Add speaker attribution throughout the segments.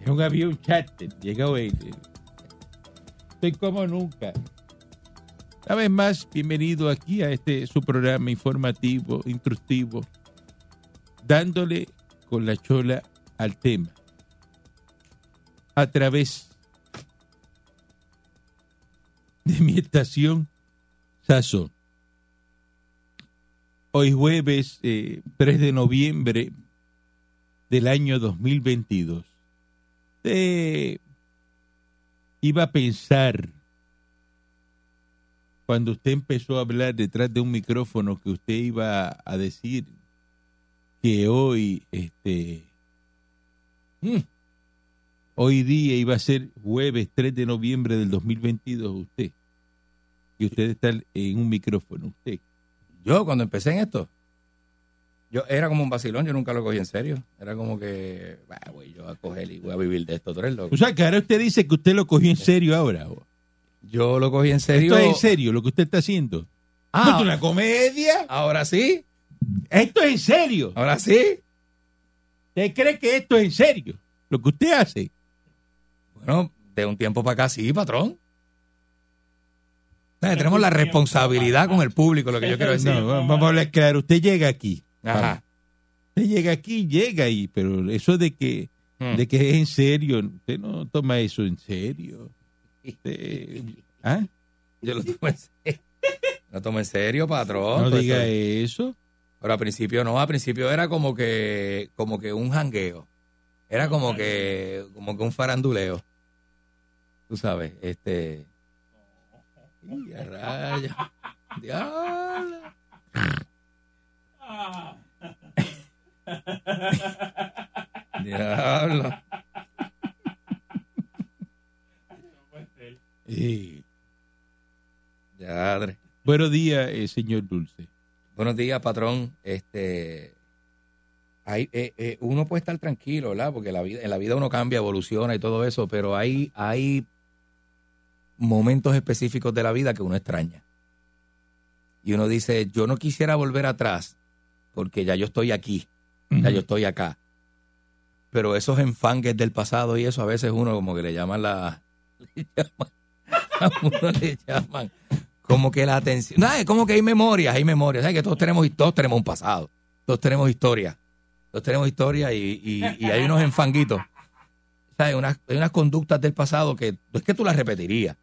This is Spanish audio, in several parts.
Speaker 1: Es un avión charter, llegó él. Estoy como nunca. Una vez más, bienvenido aquí a este su programa informativo, instructivo, dándole con la chola al tema. A través de mi estación Sazón. Hoy jueves eh, 3 de noviembre del año 2022. Usted iba a pensar cuando usted empezó a hablar detrás de un micrófono que usted iba a decir que hoy, este, mm, hoy día iba a ser jueves 3 de noviembre del 2022 usted. Y usted está en un micrófono, usted.
Speaker 2: Yo, cuando empecé en esto, yo era como un vacilón, yo nunca lo cogí en serio. Era como que, "Bah, güey, yo voy a coger y voy a vivir de esto, tú eres loco".
Speaker 1: O sea, que ahora usted dice que usted lo cogió en serio ahora.
Speaker 2: Yo lo cogí en serio.
Speaker 1: Esto es en serio lo que usted está haciendo.
Speaker 2: Ah,
Speaker 1: ¿Esto es una comedia?
Speaker 2: ahora sí,
Speaker 1: Esto es en serio.
Speaker 2: ahora sí.
Speaker 1: ¿Usted cree que esto es en serio? Lo que usted hace.
Speaker 2: Bueno, de un tiempo para acá sí, patrón. O sea, tenemos la responsabilidad con el público, lo que yo quiero decir.
Speaker 1: No, va- vamos a hablar claro. Usted llega aquí.
Speaker 2: Ajá.
Speaker 1: Usted llega aquí, llega ahí. Pero eso de que,
Speaker 2: Hmm.
Speaker 1: de que es en serio, usted no toma eso en serio. Usted- ¿Ah?
Speaker 2: Yo lo tomo en serio. Lo tomo en serio, patrón.
Speaker 1: No
Speaker 2: Pues,
Speaker 1: diga
Speaker 2: eh,
Speaker 1: eso.
Speaker 2: Pero al principio no, al principio era como que, como que un jangueo. Era como que, como que un faranduleo. Tú sabes, este. Y a raya. Diablo. Diablo.
Speaker 1: Eh,
Speaker 2: Diadre.
Speaker 1: buenos días, eh, señor Dulce.
Speaker 2: Buenos días, patrón. Este, hay, eh, eh, uno puede estar tranquilo, ¿verdad? Porque la vida, en la vida uno cambia, evoluciona y todo eso, pero hay, hay momentos específicos de la vida que uno extraña. Y uno dice, yo no quisiera volver atrás, porque ya yo estoy aquí, ya Mm. yo estoy acá. Pero esos enfangues del pasado y eso a veces uno como que le llaman la... Le llaman, a uno le llaman como que la atención. Nada, es como que hay memorias, hay memorias. ¿Sabes? Que todos tenemos, todos tenemos un pasado, todos tenemos historia, todos tenemos historia y, y- y hay unos enfanguitos. ¿Sabes? Unas, hay unas conductas del pasado que no es que tú las repetirías,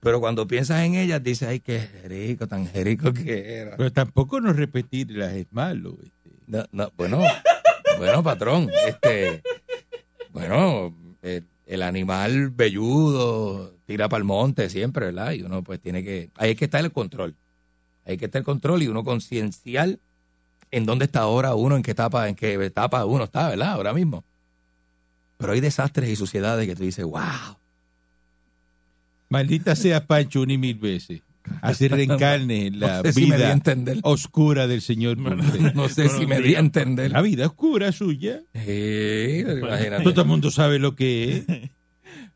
Speaker 2: pero cuando piensas en ellas dices, ay, qué rico, tan rico que era.
Speaker 1: Pero tampoco no repetirlas es malo. este.
Speaker 2: No, no, bueno, bueno, patrón, este, bueno, el, el animal velludo tira para el monte siempre, ¿verdad? Y uno pues tiene que, ahí es que está el control, hay que estar el control y uno conciencial en dónde está ahora uno, en qué etapa, en qué etapa uno está, ¿verdad? Ahora mismo. Pero hay desastres y suciedades que tú dices, wow,
Speaker 1: Maldita sea Pancho un y mil veces. Así reencarne la
Speaker 2: no sé si me di a
Speaker 1: vida
Speaker 2: entender,
Speaker 1: oscura del señor Dulce.
Speaker 2: Oh, no sé si me di a entender.
Speaker 1: La vida oscura suya.
Speaker 2: Sí, imagínate.
Speaker 1: Todo el mundo sabe lo que es.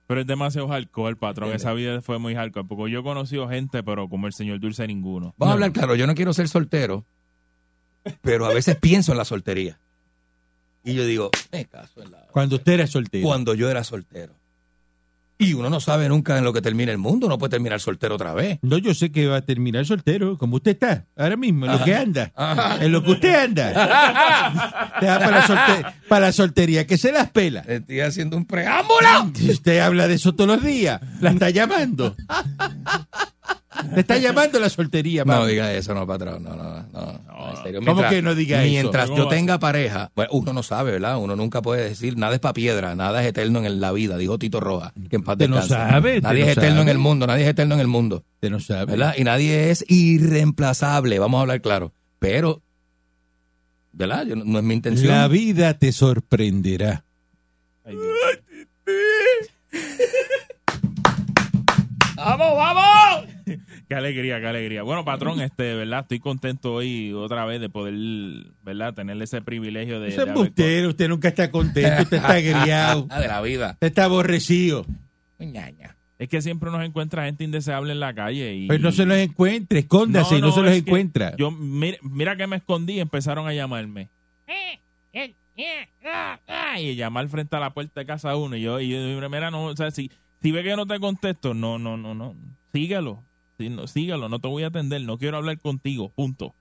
Speaker 3: Pero es demasiado hardcore, patrón.
Speaker 2: Entiende.
Speaker 3: Esa vida fue muy hardcore. Porque yo he conocido gente, pero como el señor Dulce, ninguno.
Speaker 2: Vamos a hablar claro, yo no quiero ser soltero, pero a veces pienso en la soltería. Y yo digo, me caso en la...
Speaker 1: Cuando usted era soltero.
Speaker 2: Cuando yo era soltero. Y uno no sabe nunca en lo que termina el mundo, no puede terminar soltero otra vez.
Speaker 1: No, yo sé que va a terminar soltero, como usted está, ahora mismo, en lo
Speaker 2: Ah.
Speaker 1: que anda. En lo que usted anda. Usted va para, la solte- para la soltería, que se las pela.
Speaker 2: Estoy haciendo un preámbulo.
Speaker 1: Si usted habla de eso todos los días, la está llamando. Le está llamando la soltería,
Speaker 2: No
Speaker 1: mami.
Speaker 2: diga eso, no, patrón. No, no, no. no, en serio.
Speaker 1: ¿Cómo que no diga eso?
Speaker 2: Mientras
Speaker 3: ¿Cómo
Speaker 2: yo
Speaker 3: va a
Speaker 2: tenga pareja, bueno, uno no sabe, ¿verdad? Uno nunca puede decir, nada es para piedra, nada es eterno en la vida, dijo Tito Roja. Que en paz
Speaker 1: Usted no
Speaker 2: descanse.
Speaker 1: sabe, usted
Speaker 2: Nadie
Speaker 1: no
Speaker 2: es eterno
Speaker 1: sabe.
Speaker 2: en el mundo, nadie es eterno en el mundo.
Speaker 1: Usted no sabe.
Speaker 2: ¿verdad? Y nadie es irreemplazable, vamos a hablar claro. Pero, ¿verdad? Yo no, no es mi intención.
Speaker 1: La vida te sorprenderá.
Speaker 3: Ay, Dios.
Speaker 2: ¡Vamos, vamos!
Speaker 3: Qué alegría, qué alegría. Bueno, patrón, este, ¿verdad? Estoy contento hoy otra vez de poder, ¿verdad? Tener ese privilegio de...
Speaker 1: Ese
Speaker 3: de haber-
Speaker 1: embustero, usted nunca está contento, usted está agriado, usted
Speaker 2: Ah, de la vida.
Speaker 1: está aborrecido.
Speaker 2: Ñaña.
Speaker 3: Es que siempre nos encuentra gente indeseable en la calle y...
Speaker 1: Pues no se los encuentre, escóndase y no, se los
Speaker 3: es que
Speaker 1: encuentra.
Speaker 3: Yo, mira, mira que me escondí y empezaron a llamarme. Y llamar frente a la puerta de casa uno. Y yo, y yo digo, mira, no, o sea, si, si ve que no te contesto, no, no, no, no. Sígalo. Sí, no, sígalo, no te voy a atender, no quiero hablar contigo, punto.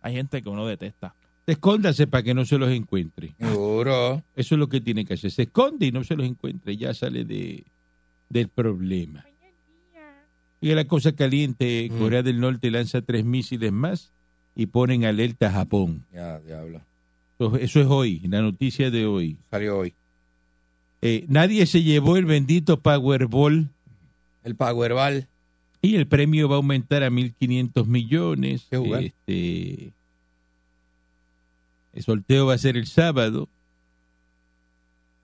Speaker 3: Hay gente que uno detesta.
Speaker 1: Escóndase para que no se los encuentre.
Speaker 2: Seguro.
Speaker 1: Eso es lo que tiene que hacer. Se esconde y no se los encuentra. Ya sale de, del problema. Y la cosa caliente,
Speaker 2: Mm.
Speaker 1: Corea del Norte lanza tres misiles más y ponen alerta a Japón.
Speaker 2: Ya, diablo.
Speaker 1: Eso, eso es hoy, la noticia de hoy.
Speaker 2: Salió hoy.
Speaker 1: Eh, nadie se llevó el bendito Powerball
Speaker 2: El Powerball.
Speaker 1: y el premio va a aumentar a 1.500 millones.
Speaker 2: Qué jugar.
Speaker 1: Este, el sorteo va a ser el sábado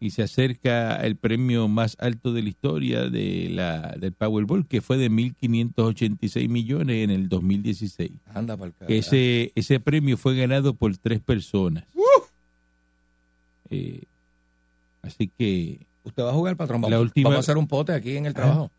Speaker 1: y se acerca el premio más alto de la historia de la, del Powerball, que fue de 1.586 millones en el 2016.
Speaker 2: Anda para el
Speaker 1: que ese, ese premio fue ganado por tres personas. Eh, así que
Speaker 2: Usted va a jugar, patrón. Vamos,
Speaker 1: La última- Ah,
Speaker 2: vamos a hacer un pote aquí en el trabajo.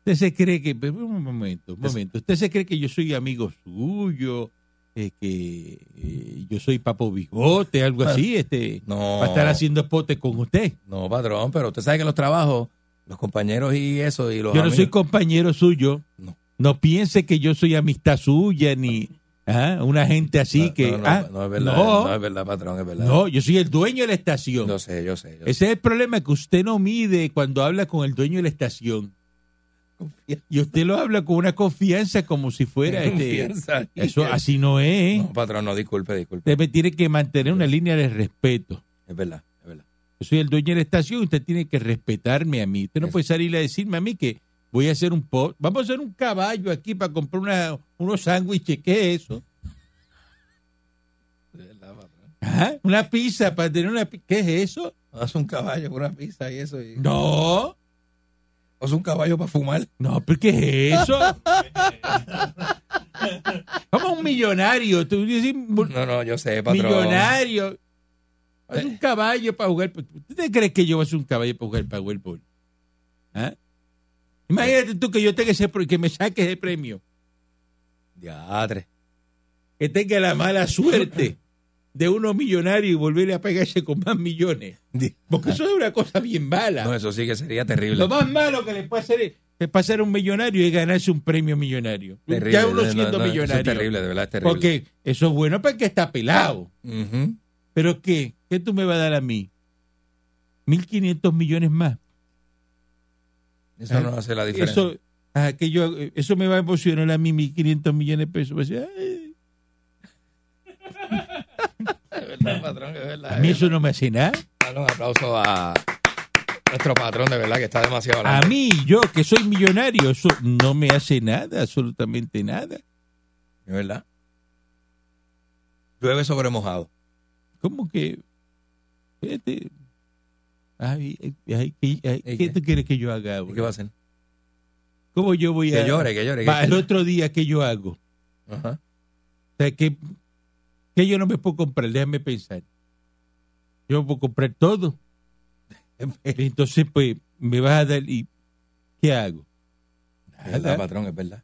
Speaker 1: usted se cree que, pero un momento, un momento, usted se cree que yo soy amigo suyo, eh, que eh, yo soy papo bigote, algo así, este,
Speaker 2: Ah, No.
Speaker 1: para estar haciendo pote con usted.
Speaker 2: No, patrón, pero usted sabe que los trabajos, los compañeros y eso, y los
Speaker 1: Yo no
Speaker 2: amigos-
Speaker 1: soy compañero suyo.
Speaker 2: No.
Speaker 1: No piense que yo soy amistad suya ni ah, una gente así
Speaker 2: No,
Speaker 1: que.
Speaker 2: No, no,
Speaker 1: ah,
Speaker 2: no es verdad,
Speaker 1: no,
Speaker 2: no es verdad, patrón, es verdad.
Speaker 1: no, yo soy el dueño de la estación.
Speaker 2: Yo sé, yo sé. yo sé.
Speaker 1: Ese es el problema que usted no mide cuando habla con el dueño de la estación. Y usted lo habla con una confianza como si fuera este.
Speaker 2: Confianza.
Speaker 1: Eso así no es.
Speaker 2: No, patrón, no, disculpe, disculpe.
Speaker 1: Usted me tiene que mantener una línea de respeto.
Speaker 2: Es verdad, es verdad.
Speaker 1: Yo soy el dueño de la estación, usted tiene que respetarme a mí. Usted no
Speaker 2: Eso.
Speaker 1: puede salir a decirme a mí que voy a hacer un po vamos a hacer un caballo aquí para comprar una- unos sándwiches, ¿qué es eso?
Speaker 2: Es verdad, patrón.
Speaker 1: Ajá, Una pizza para tener una pi- ¿qué es eso?
Speaker 2: Haz un caballo con una pizza y eso. Y...
Speaker 1: No,
Speaker 2: Haz un caballo para fumar.
Speaker 1: no, pero ¿qué es eso? Vamos a un millonario, tú dices mul-
Speaker 2: No, no, yo sé, patrón. Eh.
Speaker 1: millonario. Haz un caballo para jugar. ¿Usted cree que yo voy a hacer un caballo para jugar para Powerball? ¿Ah? Imagínate tú que yo tenga ese pro- que me saques ese premio.
Speaker 2: Diatre.
Speaker 1: que tenga la mala suerte de unos millonarios y volverle a pegarse con más millones.
Speaker 2: Di-
Speaker 1: Porque eso es una cosa bien
Speaker 2: No,
Speaker 1: mala.
Speaker 2: eso sí que sería
Speaker 1: Lo
Speaker 2: terrible.
Speaker 1: más malo que le puede hacer es, es pasar a un millonario y ganarse un premio millonario.
Speaker 2: Terrible,
Speaker 1: ya uno
Speaker 2: no,
Speaker 1: siendo
Speaker 2: no, no, eso
Speaker 1: millonario.
Speaker 2: Es terrible, de verdad, es terrible.
Speaker 1: Porque eso es bueno para el que está pelado.
Speaker 2: Ujú.
Speaker 1: ¿Pero qué? ¿Qué tú me vas a dar a mí? 1.500 millones más.
Speaker 2: Eso no hace la diferencia.
Speaker 1: Eh, Eso, ah, que yo- eso me va a emocionar a mí 1.500 millones de pesos. Voy a decir, "Ay,
Speaker 2: Es verdad, patrón, es verdad. eh.
Speaker 1: a mí eso no me hace nada.
Speaker 2: Dale un aplauso a nuestro patrón, de verdad, que está demasiado
Speaker 1: A
Speaker 2: grande.
Speaker 1: mí, yo que soy millonario, eso no me hace nada, absolutamente nada.
Speaker 2: De verdad. Llueve sobre mojado.
Speaker 1: ¿Cómo que? Fíjate. Ay, ay, ay, ¿qué, ay,
Speaker 2: ¿Y
Speaker 1: qué
Speaker 2: qué?
Speaker 1: tú quieres que yo haga?
Speaker 2: ¿Y
Speaker 1: güey?
Speaker 2: qué va a hacer?
Speaker 1: ¿Cómo yo voy a.?
Speaker 2: Que llore, que llore. que-
Speaker 1: Pa- eh, el otro día, ¿qué yo hago? O
Speaker 2: Ajá.
Speaker 1: sea, ¿qué, qué yo no me puedo comprar? Déjame pensar. Yo me puedo comprar todo. Entonces, pues, me vas a dar. ¿Y qué hago?
Speaker 2: Es verdad, patrón, es verdad.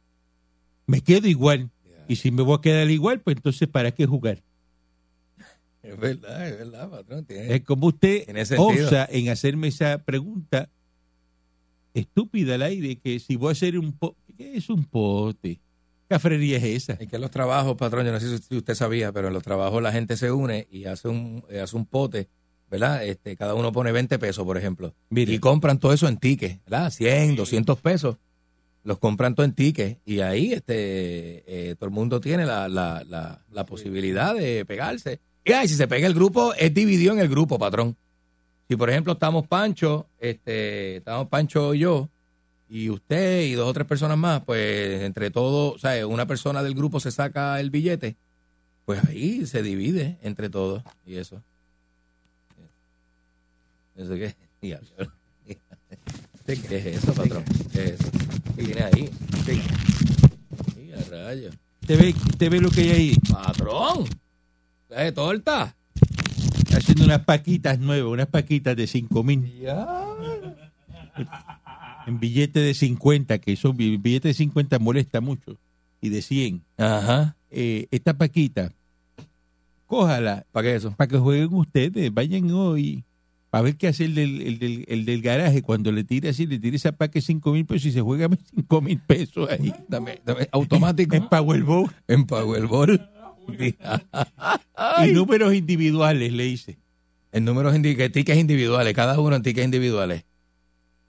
Speaker 1: Me quedo igual. Y si me voy a quedar igual, pues entonces, ¿para qué jugar?
Speaker 2: Es verdad, es verdad, patrón. Tiene-
Speaker 1: Es como usted
Speaker 2: Tiene sentido.
Speaker 1: osa en hacerme esa pregunta estúpida al aire, que si voy a hacer un pote, ¿qué es un pote? ¿Qué cafrería es esa?
Speaker 2: Es que en los trabajos, patrón, yo no sé si usted sabía, pero en los trabajos la gente se une y hace un, eh, hace un pote, ¿verdad? Este, cada uno pone 20 pesos, por ejemplo.
Speaker 1: Mire,
Speaker 2: Y compran todo eso en tickets, ¿verdad? 100, 200 pesos. Los compran todo en tickets. Y ahí este, eh, todo el mundo tiene la, la, la, la posibilidad de pegarse. Y ay, si se pega el grupo, es dividido en el grupo, patrón. Si, por ejemplo, estamos Pancho, este, estamos Pancho y yo, y usted y dos o tres personas más, pues entre todos, o sea, una persona del grupo se saca el billete, pues ahí se divide entre todos y eso. Eh, Eso que diablo. ¿Qué es eso, patrón? ¿Qué es eso? ¿Qué tiene ahí? Y a rayos.
Speaker 1: ¿Te ve, te ve lo que hay ahí?
Speaker 2: ¡Patrón! ¿Trae torta?
Speaker 1: Está Haciendo unas paquitas nuevas, unas paquitas de 5 mil. En billetes de 50, que son bi- billetes de 50 molesta mucho. Y de 100.
Speaker 2: Ajá.
Speaker 1: Eh, esta paquita, cójala
Speaker 2: ¿Para qué eso?
Speaker 1: para que jueguen ustedes. Vayan hoy para ver qué hace el del, el del- el del garaje cuando le tire así, le tire esa paque 5 mil pesos y se juega 5 mil pesos ahí.
Speaker 2: Dame, dame, automático.
Speaker 1: En Powerball.
Speaker 2: En Powerball.
Speaker 1: Y números individuales, le hice.
Speaker 2: En números indi- que tickets individuales, cada uno en tickets individuales.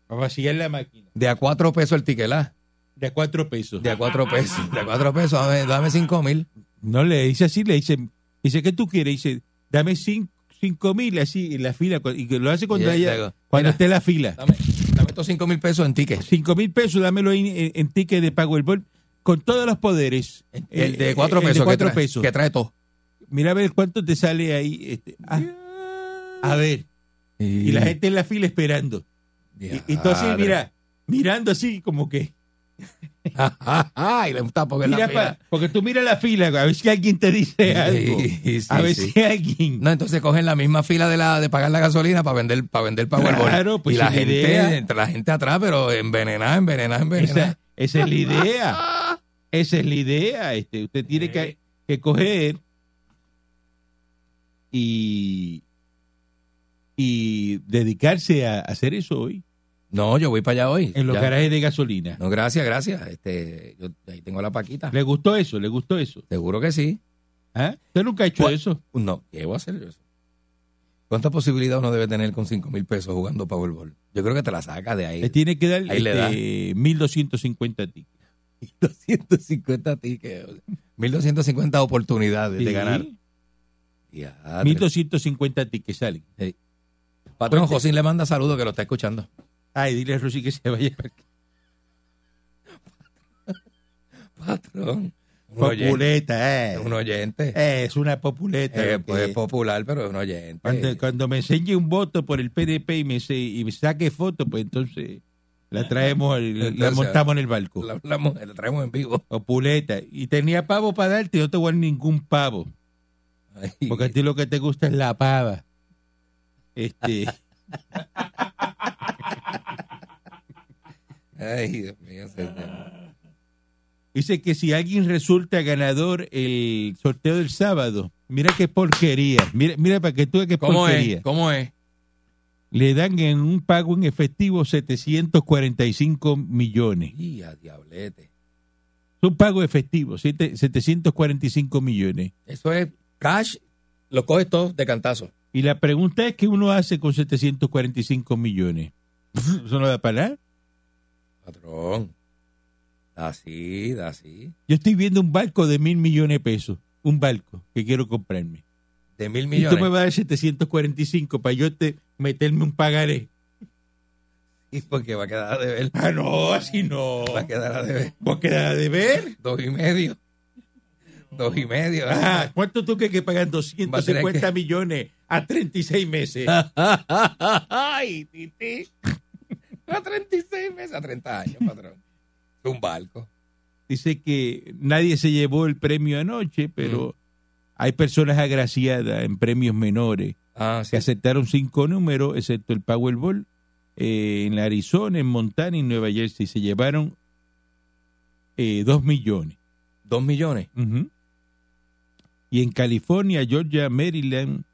Speaker 1: Para vaciar la máquina.
Speaker 2: De a cuatro pesos el ticket, ¿la?
Speaker 1: De a 4 pesos.
Speaker 2: De a cuatro pesos. De a cuatro pesos, dame, dame cinco mil.
Speaker 1: No le dice así, le dice, dice, ¿qué tú quieres? Dice, dame cin- cinco mil así en la fila. cu- Y que lo hace cuando,
Speaker 2: Y
Speaker 1: haya-
Speaker 2: luego,
Speaker 1: cuando
Speaker 2: mira.
Speaker 1: esté en la fila.
Speaker 2: Dame, dame estos cinco mil pesos en tickets.
Speaker 1: Cinco mil pesos, dámelo ahí en, en ticket de Powerball con todos los poderes.
Speaker 2: El
Speaker 1: Eh,
Speaker 2: de cuatro
Speaker 1: el
Speaker 2: pesos.
Speaker 1: de cuatro
Speaker 2: que trae,
Speaker 1: pesos.
Speaker 2: Que trae todo.
Speaker 1: Mira a ver cuánto te sale ahí. este, ah, a ver. Y la gente en la fila esperando. Y, y tú así, mira, mirando así como que...
Speaker 2: Ay, le gusta porque
Speaker 1: mira
Speaker 2: Pues la
Speaker 1: pa-
Speaker 2: fila.
Speaker 1: porque tú miras la fila, a ver si alguien te dice algo.
Speaker 2: Sí, sí,
Speaker 1: a ver
Speaker 2: sí.
Speaker 1: si alguien...
Speaker 2: No, entonces cogen la misma fila de la de pagar la gasolina para vender para vender Powerball.
Speaker 1: Claro, pues,
Speaker 2: y la
Speaker 1: sin
Speaker 2: gente
Speaker 1: idea.
Speaker 2: entre la gente atrás, pero envenenada, envenenada, envenenada.
Speaker 1: Esa, esa es la idea. Esa es la idea. Este, usted tiene que, que coger y, y dedicarse a hacer eso hoy
Speaker 2: No, yo voy para allá hoy.
Speaker 1: en los
Speaker 2: Ya.
Speaker 1: garajes de gasolina.
Speaker 2: No, gracias, gracias. Este, yo ahí tengo la paquita.
Speaker 1: ¿Le gustó eso? ¿Le gustó eso?
Speaker 2: Seguro que sí.
Speaker 1: ¿Ah? ¿Usted nunca ha hecho
Speaker 2: Pues-
Speaker 1: eso?
Speaker 2: No, ¿qué voy a hacer yo eso? ¿Cuánta posibilidad uno debe tener con cinco mil pesos jugando Powerball? Yo creo que te la saca de
Speaker 1: Le
Speaker 2: ahí.
Speaker 1: tiene que dar
Speaker 2: eh, ahí le da.
Speaker 1: este, 1250 tickets.
Speaker 2: 250 tickets. o sea, 1250 oportunidades de
Speaker 1: Sí,
Speaker 2: ganar. Ya,
Speaker 1: 1250 tickets salen.
Speaker 2: Patrón Josín le manda saludos que lo está escuchando.
Speaker 1: Ay, dile a Rosy que se vaya. para aquí.
Speaker 2: Patrón. Un oyente.
Speaker 1: Populeta, eh.
Speaker 2: Un oyente.
Speaker 1: Eh, es una populeta.
Speaker 2: Eh,
Speaker 1: lo
Speaker 2: pues
Speaker 1: que
Speaker 2: es popular, pero es un oyente.
Speaker 1: Cuando, cuando me enseñe un voto por el PDP y me, se- y me saque foto, pues entonces la traemos, al- la- la
Speaker 2: Entonces,
Speaker 1: montamos en el barco.
Speaker 2: La, hablamos- la traemos en vivo.
Speaker 1: O puleta. Y tenía pavo para darte, no te voy a dar ningún pavo.
Speaker 2: Ay,
Speaker 1: Porque a ti lo que te gusta es la pava. Este,
Speaker 2: ay, Dios mío. señor.
Speaker 1: dice que si alguien resulta ganador el sorteo del sábado, mira qué porquería. Mira, mira para que tú veas qué
Speaker 2: ¿Cómo
Speaker 1: porquería.
Speaker 2: es? ¿Cómo es?
Speaker 1: Le dan en un pago en efectivo 745 millones.
Speaker 2: Y a diablete.
Speaker 1: Es un pago efectivo, siete- 745 millones.
Speaker 2: Eso es cash, los coges todos de cantazo.
Speaker 1: Y la pregunta es, ¿qué uno hace con 745 millones? Eso no da para nada.
Speaker 2: Patrón. Así, así.
Speaker 1: Yo estoy viendo un barco de mil millones de pesos. Un barco que quiero comprarme.
Speaker 2: De mil
Speaker 1: Y tú me
Speaker 2: millones.
Speaker 1: vas a dar 745 para yo te, meterme un pagaré.
Speaker 2: Y porque va a quedar a deber.
Speaker 1: Ah, no, así no.
Speaker 2: Va a quedar a deber.
Speaker 1: ¿Vos quedás de ver?
Speaker 2: Dos y medio. Dos y medio.
Speaker 1: Ah, ¿Cuánto tú crees que pagan 250
Speaker 2: Va a
Speaker 1: millones a 36 meses?
Speaker 2: Ay, titi. A 36 meses, a 30 años, patrón. Un barco.
Speaker 1: Dice que nadie se llevó el premio anoche, pero hay personas agraciadas en premios menores.
Speaker 2: Ah,
Speaker 1: Se aceptaron cinco números, excepto el Powerball, eh, en Arizona, en Montana y en Nueva Jersey. Se llevaron eh, dos millones.
Speaker 2: Dos millones.
Speaker 1: Ujú. Y en California, Georgia, Maryland,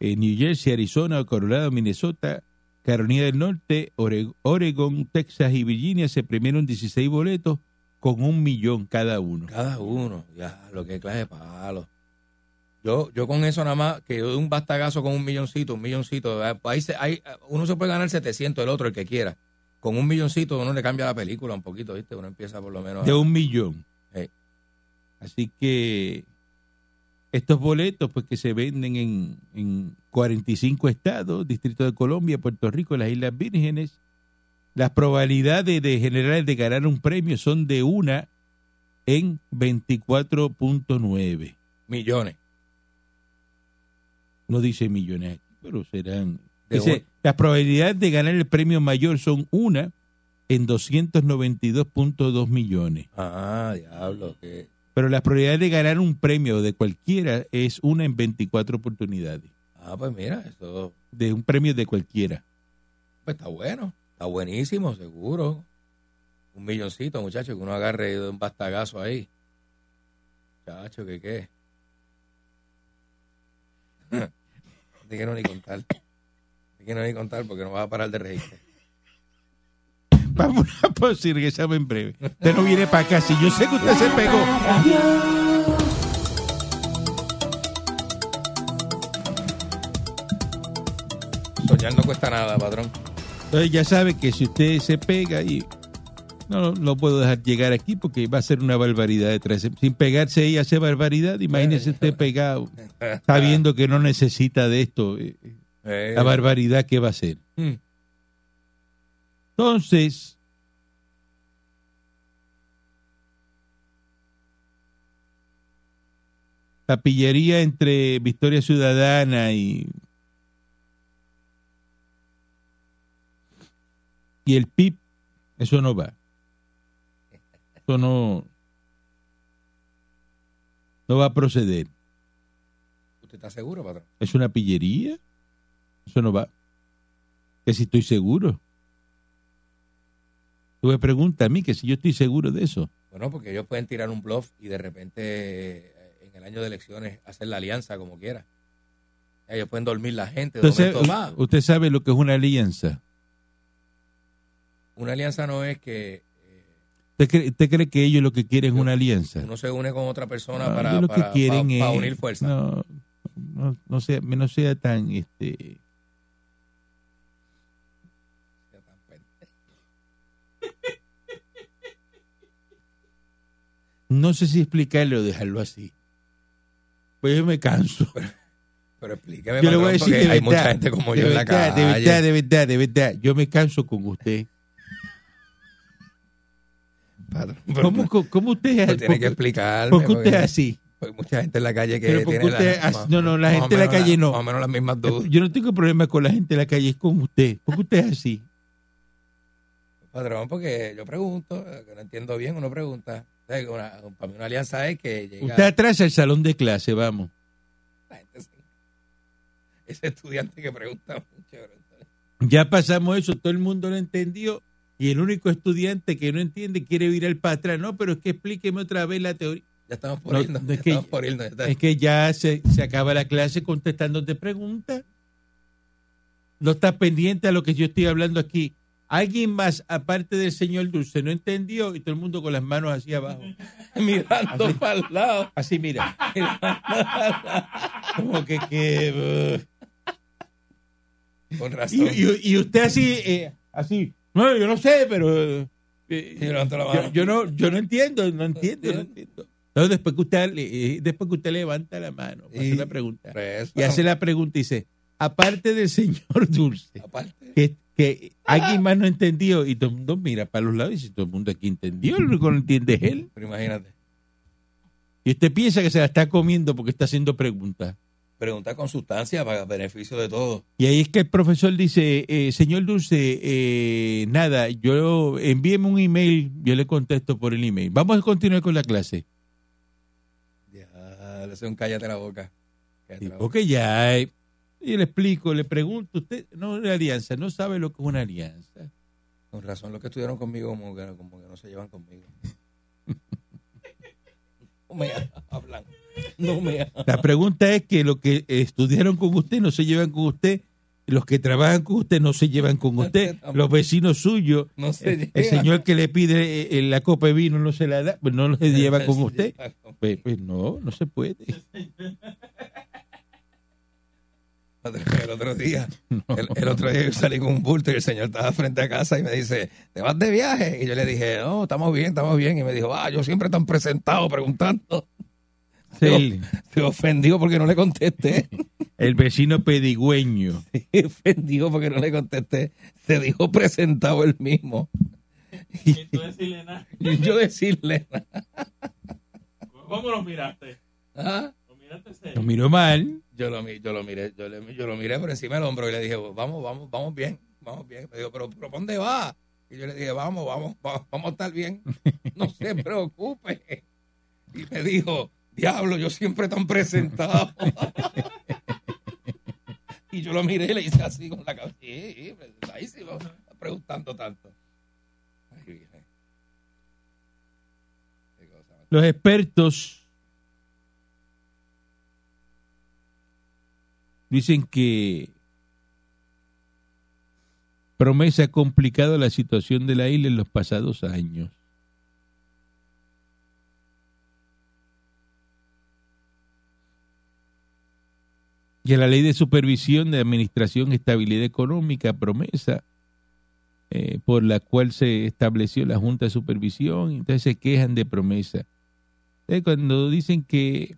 Speaker 1: eh, New Jersey, Arizona, Colorado, Minnesota, Carolina del Norte, Ore- Oregon, Texas y Virginia se premiaron 16 boletos con un millón cada uno.
Speaker 2: Cada uno. Ya, lo que clase de palo. Yo, yo con eso nada más, que yo doy un bastagazo con un milloncito, un milloncito. ¿verdad? Pues Ahí se- ahí, uno se puede ganar 700, el otro, el que quiera. Con un milloncito uno le cambia la película un poquito, ¿viste? Uno empieza por lo menos. a-
Speaker 1: de un millón.
Speaker 2: Ah. Sí.
Speaker 1: Así que estos boletos, pues que se venden en, en 45 estados, Distrito de Colombia, Puerto Rico, las Islas Vírgenes, las probabilidades de generales de ganar un premio son de una en 24.9.
Speaker 2: Millones.
Speaker 1: No dice millones, aquí, pero serán
Speaker 2: De
Speaker 1: Dice, las probabilidades de ganar el premio mayor son una en 292.2 millones.
Speaker 2: un- Ah, diablo, que
Speaker 1: Pero las probabilidades de ganar un premio de cualquiera es una en 24 oportunidades.
Speaker 2: Ah, pues mira, eso
Speaker 1: De un premio de cualquiera.
Speaker 2: pues, está bueno, está buenísimo, seguro. Un milloncito, muchacho, que uno agarre de un bastagazo ahí. Muchacho, que qué. No te quiero ni contar. No te quiero ni contar porque no vas a parar de reírte.
Speaker 1: Vamos a pausa y regresamos en breve. Usted no viene para acá. Si yo sé que usted se pegó.
Speaker 2: Soñar no cuesta nada, patrón.
Speaker 1: Entonces ya sabe que si usted se pega y... No, no puedo dejar llegar aquí porque va a ser una barbaridad detrás. Sin pegarse ella hace barbaridad. Imagínese usted pegado, sabiendo que no necesita de esto. eh, eh,
Speaker 2: Eh,
Speaker 1: la barbaridad que va a ser.
Speaker 2: mm,
Speaker 1: Entonces, la pillería entre Victoria Ciudadana y, y el PIB, eso no va. Eso no, no va a proceder.
Speaker 2: ¿Usted está seguro, patrón?
Speaker 1: ¿Es una pillería? Eso no va. Que si estoy seguro. Tú me preguntas a mí que si yo estoy seguro de eso.
Speaker 2: Bueno, porque ellos pueden tirar un bluff y de repente eh, en el año de elecciones hacer la alianza como quiera. Ellos pueden dormir la gente. de
Speaker 1: Entonces,
Speaker 2: momento, ¡pa!
Speaker 1: usted sabe lo que es una alianza.
Speaker 2: Una alianza no es que eh,
Speaker 1: ¿Usted cree, usted cree que ellos lo que quieren es
Speaker 2: Yo-
Speaker 1: una alianza?
Speaker 2: uno se une con otra persona
Speaker 1: No,
Speaker 2: para,
Speaker 1: Ah, ellos lo
Speaker 2: para-
Speaker 1: que quieren
Speaker 2: pa- pa
Speaker 1: es-
Speaker 2: unir fuerzas.
Speaker 1: No, no, no sea, no sea tan... este
Speaker 2: Ya tan pendejo.
Speaker 1: No sé si explicarlo o dejarlo así. Pues yo me canso.
Speaker 2: Pero explíqueme,
Speaker 1: yo le voy a
Speaker 2: patrón,
Speaker 1: decir
Speaker 2: porque
Speaker 1: de
Speaker 2: hay
Speaker 1: verdad,
Speaker 2: mucha gente como
Speaker 1: de
Speaker 2: yo en la
Speaker 1: verdad,
Speaker 2: calle.
Speaker 1: de verdad, de verdad, de verdad. Yo me canso con usted.
Speaker 2: Patrón, pero
Speaker 1: ¿Cómo, cómo usted es
Speaker 2: pero
Speaker 1: así?
Speaker 2: tiene que explicarme.
Speaker 1: ¿Por qué usted es
Speaker 2: porque-
Speaker 1: así?
Speaker 2: porque hay mucha gente en la calle que
Speaker 1: Pero ¿por qué
Speaker 2: tiene
Speaker 1: usted
Speaker 2: las-
Speaker 1: hace-
Speaker 2: más-
Speaker 1: no, no, la
Speaker 2: más o
Speaker 1: gente en la
Speaker 2: menos
Speaker 1: calle no.
Speaker 2: Más o menos las mismas dudas.
Speaker 1: Yo no tengo problema con la gente de la calle, es con usted. ¿Por qué usted es así?
Speaker 2: Patrón, porque yo pregunto, eh, que no entiendo bien, uno pregunta. ¿Sabes? Una- para mí una alianza es que llega...
Speaker 1: Usted atrasa el salón de clase, vamos.
Speaker 2: La gente se- Ese estudiante que pregunta mucho. bro.
Speaker 1: Ya pasamos eso, todo el mundo lo entendió. Y el único estudiante que no entiende quiere virar para atrás. No, pero es que explíqueme otra vez la teoría.
Speaker 2: Ya estamos por
Speaker 1: No,
Speaker 2: irnos.
Speaker 1: es
Speaker 2: Ya
Speaker 1: que-
Speaker 2: estamos por irnos. ya está.
Speaker 1: Es que ya se, se acaba la clase contestándote preguntas. No estás pendiente a lo que yo estoy hablando aquí. Alguien más, aparte del señor Dulce, no entendió y todo el mundo con las manos hacia abajo.
Speaker 2: Mirando para el lado.
Speaker 1: Así, mira. Como que, que uh.
Speaker 2: Con razón.
Speaker 1: Y, y- y usted así, eh, así, no, yo no sé, pero eh,
Speaker 2: Sí, yo levanto la
Speaker 1: yo,
Speaker 2: mano.
Speaker 1: yo no, yo no entiendo, no entiendo, no entiendo. No, después que usted, le- eh, después que usted levanta la mano, para hacer
Speaker 2: Y-
Speaker 1: la pregunta,
Speaker 2: Preso.
Speaker 1: y hace la pregunta y dice, aparte del señor Dulce,
Speaker 2: Aparte.
Speaker 1: que, que alguien más no entendió, y todo el mundo mira para los lados y dice, todo el mundo aquí entendió, el único que no entiende es él.
Speaker 2: Pero imagínate.
Speaker 1: Y usted piensa que se la está comiendo porque está haciendo preguntas.
Speaker 2: Pregunta con sustancia para beneficio de todos.
Speaker 1: Y ahí es que el profesor dice, eh, señor Dulce, eh, nada, yo envíeme un email, yo le contesto por el email. Vamos a continuar con la clase.
Speaker 2: Ya, le hace un cállate la boca. Cállate la boca.
Speaker 1: Porque ya, eh, y le explico, le pregunto, usted no es una alianza, no sabe lo que es una alianza.
Speaker 2: Con razón, los que estuvieron conmigo como que, como que no se llevan conmigo. No me hablan. No me hablan.
Speaker 1: La pregunta es que los que estudiaron con usted no se llevan con usted, los que trabajan con usted no se llevan con usted, los vecinos suyos,
Speaker 2: No se
Speaker 1: el, el
Speaker 2: llevan.
Speaker 1: señor que le pide eh, eh, la copa de vino no se la da, pues no se lleva con
Speaker 2: Se
Speaker 1: usted.
Speaker 2: lleva con-
Speaker 1: Pues, pues no, no se puede.
Speaker 2: El otro día, el, el otro día yo salí con un bulto y el señor estaba frente a casa y me dice, ¿te vas de viaje? Y yo le dije, no, estamos bien, estamos bien. Y me dijo, ah, yo siempre tan presentado preguntando.
Speaker 1: Sí,
Speaker 2: Se ofendió porque no le contesté.
Speaker 1: el vecino pedigüeño.
Speaker 2: Se ofendió porque no le contesté. Se dijo presentado él mismo.
Speaker 3: Y tú decirle nada.
Speaker 2: Y yo decirle,
Speaker 3: ¿Cómo lo miraste?
Speaker 2: ah,
Speaker 3: ¿Lo miraste serio?
Speaker 1: Lo miró mal.
Speaker 2: yo lo, mi- yo lo miré, yo, le- yo lo miré por encima del hombro y le dije, vamos, vamos, vamos bien, vamos bien. Me dijo, pero, pero ¿pa' ¿dónde va? Y yo le dije, vamos, vamos, va- vamos a estar bien. No se preocupe. Y me dijo, diablo, yo siempre tan presentado. y yo lo miré y le hice así con la cabeza. Sí, sí, presentadísimo, preguntando tanto. Ay, Virgen. Qué cosa más
Speaker 1: Los expertos dicen que promesa ha complicado la situación de la isla en los pasados años. Y a la ley de supervisión de administración y estabilidad económica, promesa, eh, por la cual se estableció la Junta de Supervisión, entonces se quejan de promesa. Entonces, Eh, cuando dicen que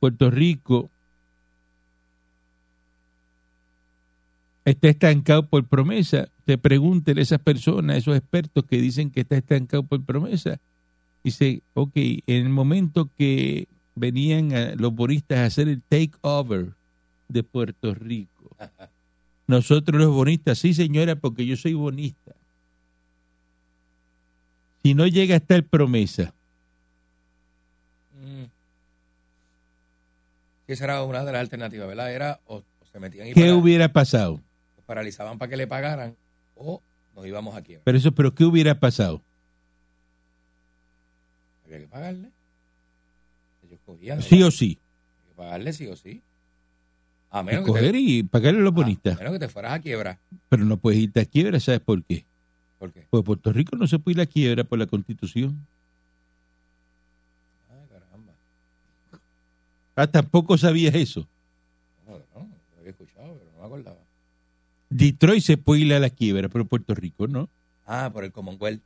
Speaker 1: Puerto Rico está estancado por promesa, te pregúntele a esas personas, a esos expertos que dicen que está estancado por promesa. Dice, ok, en el momento que venían a- los bonistas a hacer el takeover de Puerto Rico, nosotros los bonistas, sí señora, porque yo soy bonista. Si no llega a estar promesa,
Speaker 2: Mm. Sí, Esa era una de las alternativas, ¿verdad? Era o, o se metían y
Speaker 1: ¿qué
Speaker 2: para-
Speaker 1: hubiera pasado?
Speaker 2: nos paralizaban para que le pagaran o nos íbamos a quiebra.
Speaker 1: Pero eso, pero ¿qué hubiera pasado?
Speaker 2: Había que pagarle. Ellos cogían.
Speaker 1: Sí
Speaker 2: ¿verdad?
Speaker 1: o sí.
Speaker 2: Había que pagarle sí o sí. A
Speaker 1: Y
Speaker 2: menos, que te,
Speaker 1: coger y pagarle a los
Speaker 2: ah, a
Speaker 1: bonistas.
Speaker 2: menos que te fueras a quiebra.
Speaker 1: Pero no puedes irte a quiebra, ¿sabes por qué?
Speaker 2: ¿Por qué?
Speaker 1: Pues Puerto Rico no se puede ir a quiebra por la constitución.
Speaker 2: Ah, caramba.
Speaker 1: Ah, tampoco sabías eso.
Speaker 2: No, no, no, lo había escuchado, pero no me acordaba.
Speaker 1: Detroit se puede ir a la quiebra, pero Puerto Rico no.
Speaker 2: Ah, por el Commonwealth.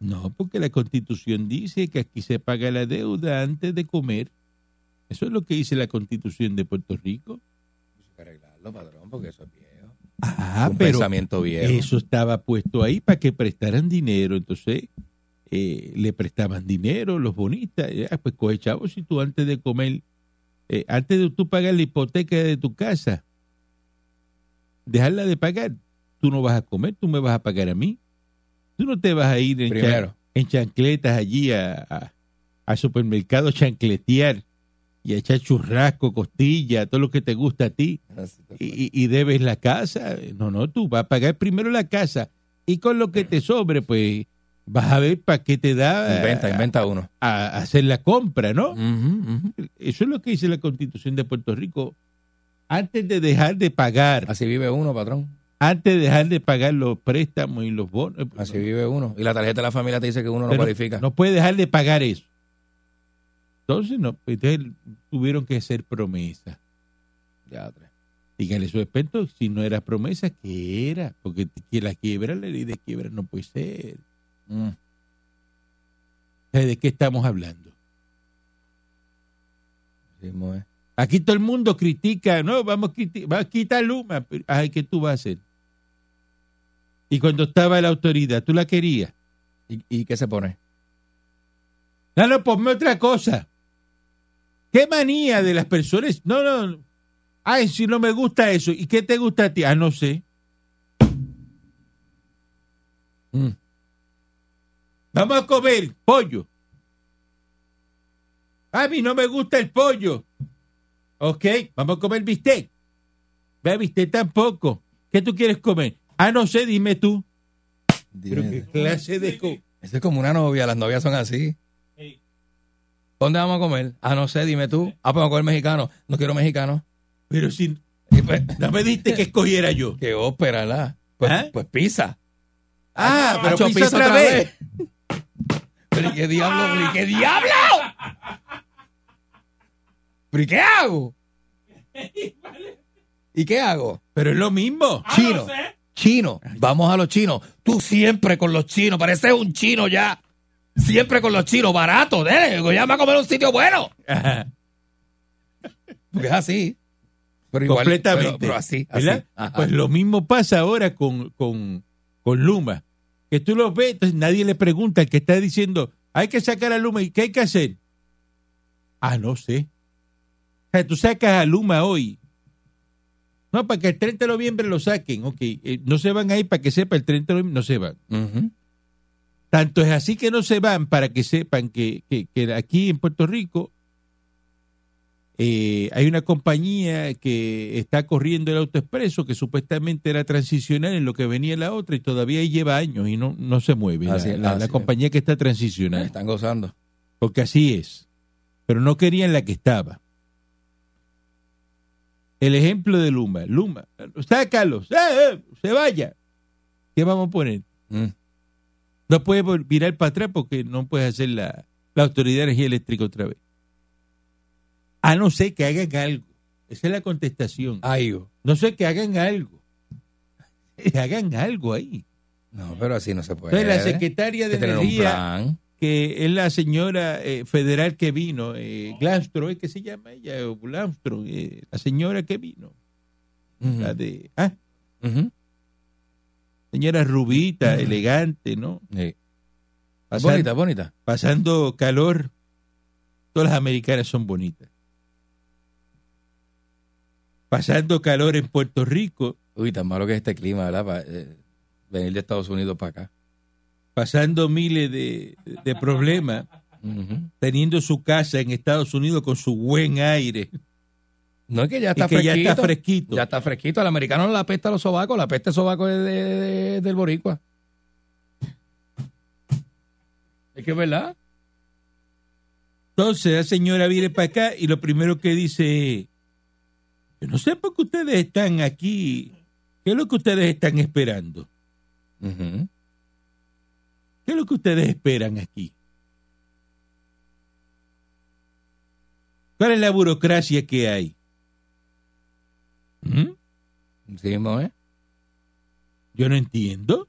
Speaker 1: No, porque la constitución dice que aquí se paga la deuda antes de comer. Eso es lo que dice la constitución de Puerto Rico.
Speaker 2: Eso hay que arreglarlo, patrón, porque eso es viejo.
Speaker 1: Ah,
Speaker 2: un
Speaker 1: pero
Speaker 2: pensamiento viejo.
Speaker 1: Eso estaba puesto ahí para que prestaran dinero. Entonces, eh, le prestaban dinero los bonistas. Eh, ah, pues coge chavo, si tú antes de comer, eh, antes de tú pagar la hipoteca de tu casa, dejarla de pagar, tú no vas a comer, tú me vas a pagar a mí. Tú no te vas a ir en, chan-
Speaker 2: Primero.
Speaker 1: en chancletas allí a, a- a supermercado a chancletear y a echar churrasco, costilla, todo lo que te gusta a ti y, y- y debes la casa. No, no, tú vas a pagar primero la casa y con lo que te sobre, pues vas a ver para qué te da
Speaker 2: Inventa,
Speaker 1: a-
Speaker 2: inventa uno.
Speaker 1: A, a hacer la compra, ¿no?
Speaker 2: Ujú, ujú.
Speaker 1: Eso es lo que dice la Constitución de Puerto Rico. Antes de dejar de pagar,
Speaker 2: Así vive uno, patrón.
Speaker 1: antes de dejar de pagar los préstamos y los bonos, eh,
Speaker 2: Así vive uno. Y la tarjeta de la familia te dice que uno no
Speaker 1: Pero
Speaker 2: cualifica.
Speaker 1: no puede dejar de pagar eso. Entonces, no, pues, entonces tuvieron que hacer promesas.
Speaker 2: Ya, tres.
Speaker 1: Dígale su experto, si no era promesa, ¿qué era? Porque que la quiebra, la ley de quiebra no puede ser.
Speaker 2: Mm.
Speaker 1: O sea, ¿De qué estamos hablando?
Speaker 2: Así mismo es.
Speaker 1: Aquí todo el mundo critica, no, vamos a, criti- va a quitar Luma. Pero, Ay, ¿qué tú vas a hacer? Y cuando estaba la autoridad, ¿tú la querías?
Speaker 2: ¿Y, y qué se pone?
Speaker 1: No, no, ponme otra cosa. ¿Qué manía de las personas? No, no. Ay, si no me gusta eso. ¿Y qué te gusta a ti? Ah, no sé.
Speaker 2: Mm.
Speaker 1: Vamos a comer pollo. A mí no me gusta el pollo. Ok, vamos a comer bistec. Ve, bistec tampoco. ¿Qué tú quieres comer? Ah, no sé, dime tú. Pero qué clase de... co-
Speaker 2: Eso es como una novia, las novias son así.
Speaker 3: Ey.
Speaker 2: ¿Dónde vamos a comer? Ah, no sé, dime tú. Ah, pues vamos a comer mexicano. No quiero mexicano.
Speaker 1: Pero si
Speaker 2: Y pues,
Speaker 1: no me diste que escogiera yo.
Speaker 2: qué ópera, la. Pues,
Speaker 1: ¿Ah?
Speaker 2: pues pizza.
Speaker 1: Ah, pero
Speaker 2: Macho,
Speaker 1: pizza otra vez.
Speaker 2: ¿Pero y qué diablo? ¿Pero y qué diablo? ¿Pero y qué hago? ¿Y qué hago?
Speaker 1: Pero es lo mismo.
Speaker 2: Chino. Chino. Vamos a los chinos. Tú siempre con los chinos. Pareces un chino ya. Siempre con los chinos. Barato. Dele. Ya me a comer a un sitio bueno.
Speaker 1: Ajá.
Speaker 2: Porque es así. Pero igual,
Speaker 1: completamente.
Speaker 2: Pero, pero así, así.
Speaker 1: ¿Verdad?
Speaker 2: Ajá.
Speaker 1: Pues lo mismo pasa ahora con, con, con Luma. Que tú lo ves, entonces nadie le pregunta al que está diciendo, hay que sacar a Luma y qué hay que hacer. Ah, no sé. O sea, tú sacas a Luma hoy. No, para que el 30 de noviembre lo saquen. Ok, eh, no se van ahí para que sepa el 30 de noviembre, no se van.
Speaker 2: Ujú.
Speaker 1: Tanto es así que no se van para que sepan que, que- que aquí en Puerto Rico eh, hay una compañía que está corriendo el autoexpreso que supuestamente era transicional en lo que venía la otra y todavía lleva años y no, no se mueve. La-
Speaker 2: Así
Speaker 1: la,
Speaker 2: es,
Speaker 1: la
Speaker 2: así es.
Speaker 1: compañía que está
Speaker 2: Me
Speaker 1: transicional.
Speaker 2: Están gozando.
Speaker 1: Porque así es. Pero no querían la que estaba. El ejemplo de Luma. Luma, sácalo, eh, eh, se vaya. ¿Qué vamos a poner?
Speaker 2: Mm.
Speaker 1: No puedes vol- virar para atrás porque no puedes hacer la, la autoridad de energía eléctrica otra vez. A no ser que hagan algo. Esa es la contestación.
Speaker 2: Ay, oh.
Speaker 1: No sé que hagan algo. Que hagan algo ahí.
Speaker 2: no, pero así no se puede.
Speaker 1: Entonces, la secretaria
Speaker 2: Hay
Speaker 1: de
Speaker 2: que tener un
Speaker 1: Energía,
Speaker 2: plan.
Speaker 1: que es la señora eh, federal que vino, eh, Glastro, ¿eh? ¿qué se llama ella? O Glastro, eh, la señora que vino.
Speaker 2: Ujú.
Speaker 1: La de. Ah,
Speaker 2: Ujú.
Speaker 1: señora rubita,
Speaker 2: Mm.
Speaker 1: elegante, ¿no?
Speaker 2: Sí.
Speaker 1: Pasando-
Speaker 2: Bonita, bonita.
Speaker 1: pasando calor, todas las americanas son bonitas. Pasando calor en Puerto Rico,
Speaker 2: Uy, tan malo que es este clima, ¿verdad? Pa- eh, venir de Estados Unidos para acá.
Speaker 1: pasando miles de, de problemas,
Speaker 2: Ujú.
Speaker 1: teniendo su casa en Estados Unidos con su buen aire,
Speaker 2: No es que ya
Speaker 1: y
Speaker 2: está
Speaker 1: que ya
Speaker 2: fresquito.
Speaker 1: está fresquito.
Speaker 2: Ya está fresquito. Al americano no le apesta los sobacos. La peste sobaco es de- de- del boricua. Es que es verdad.
Speaker 1: Entonces la señora viene para acá y lo primero que dice es, yo no sé por qué ustedes están aquí, ¿qué es lo que ustedes están esperando?
Speaker 2: Ujú.
Speaker 1: ¿Qué es lo que ustedes esperan aquí? ¿Cuál es la burocracia que hay? ¿Mm?
Speaker 2: Sí, ¿no, eh?
Speaker 1: Yo no entiendo.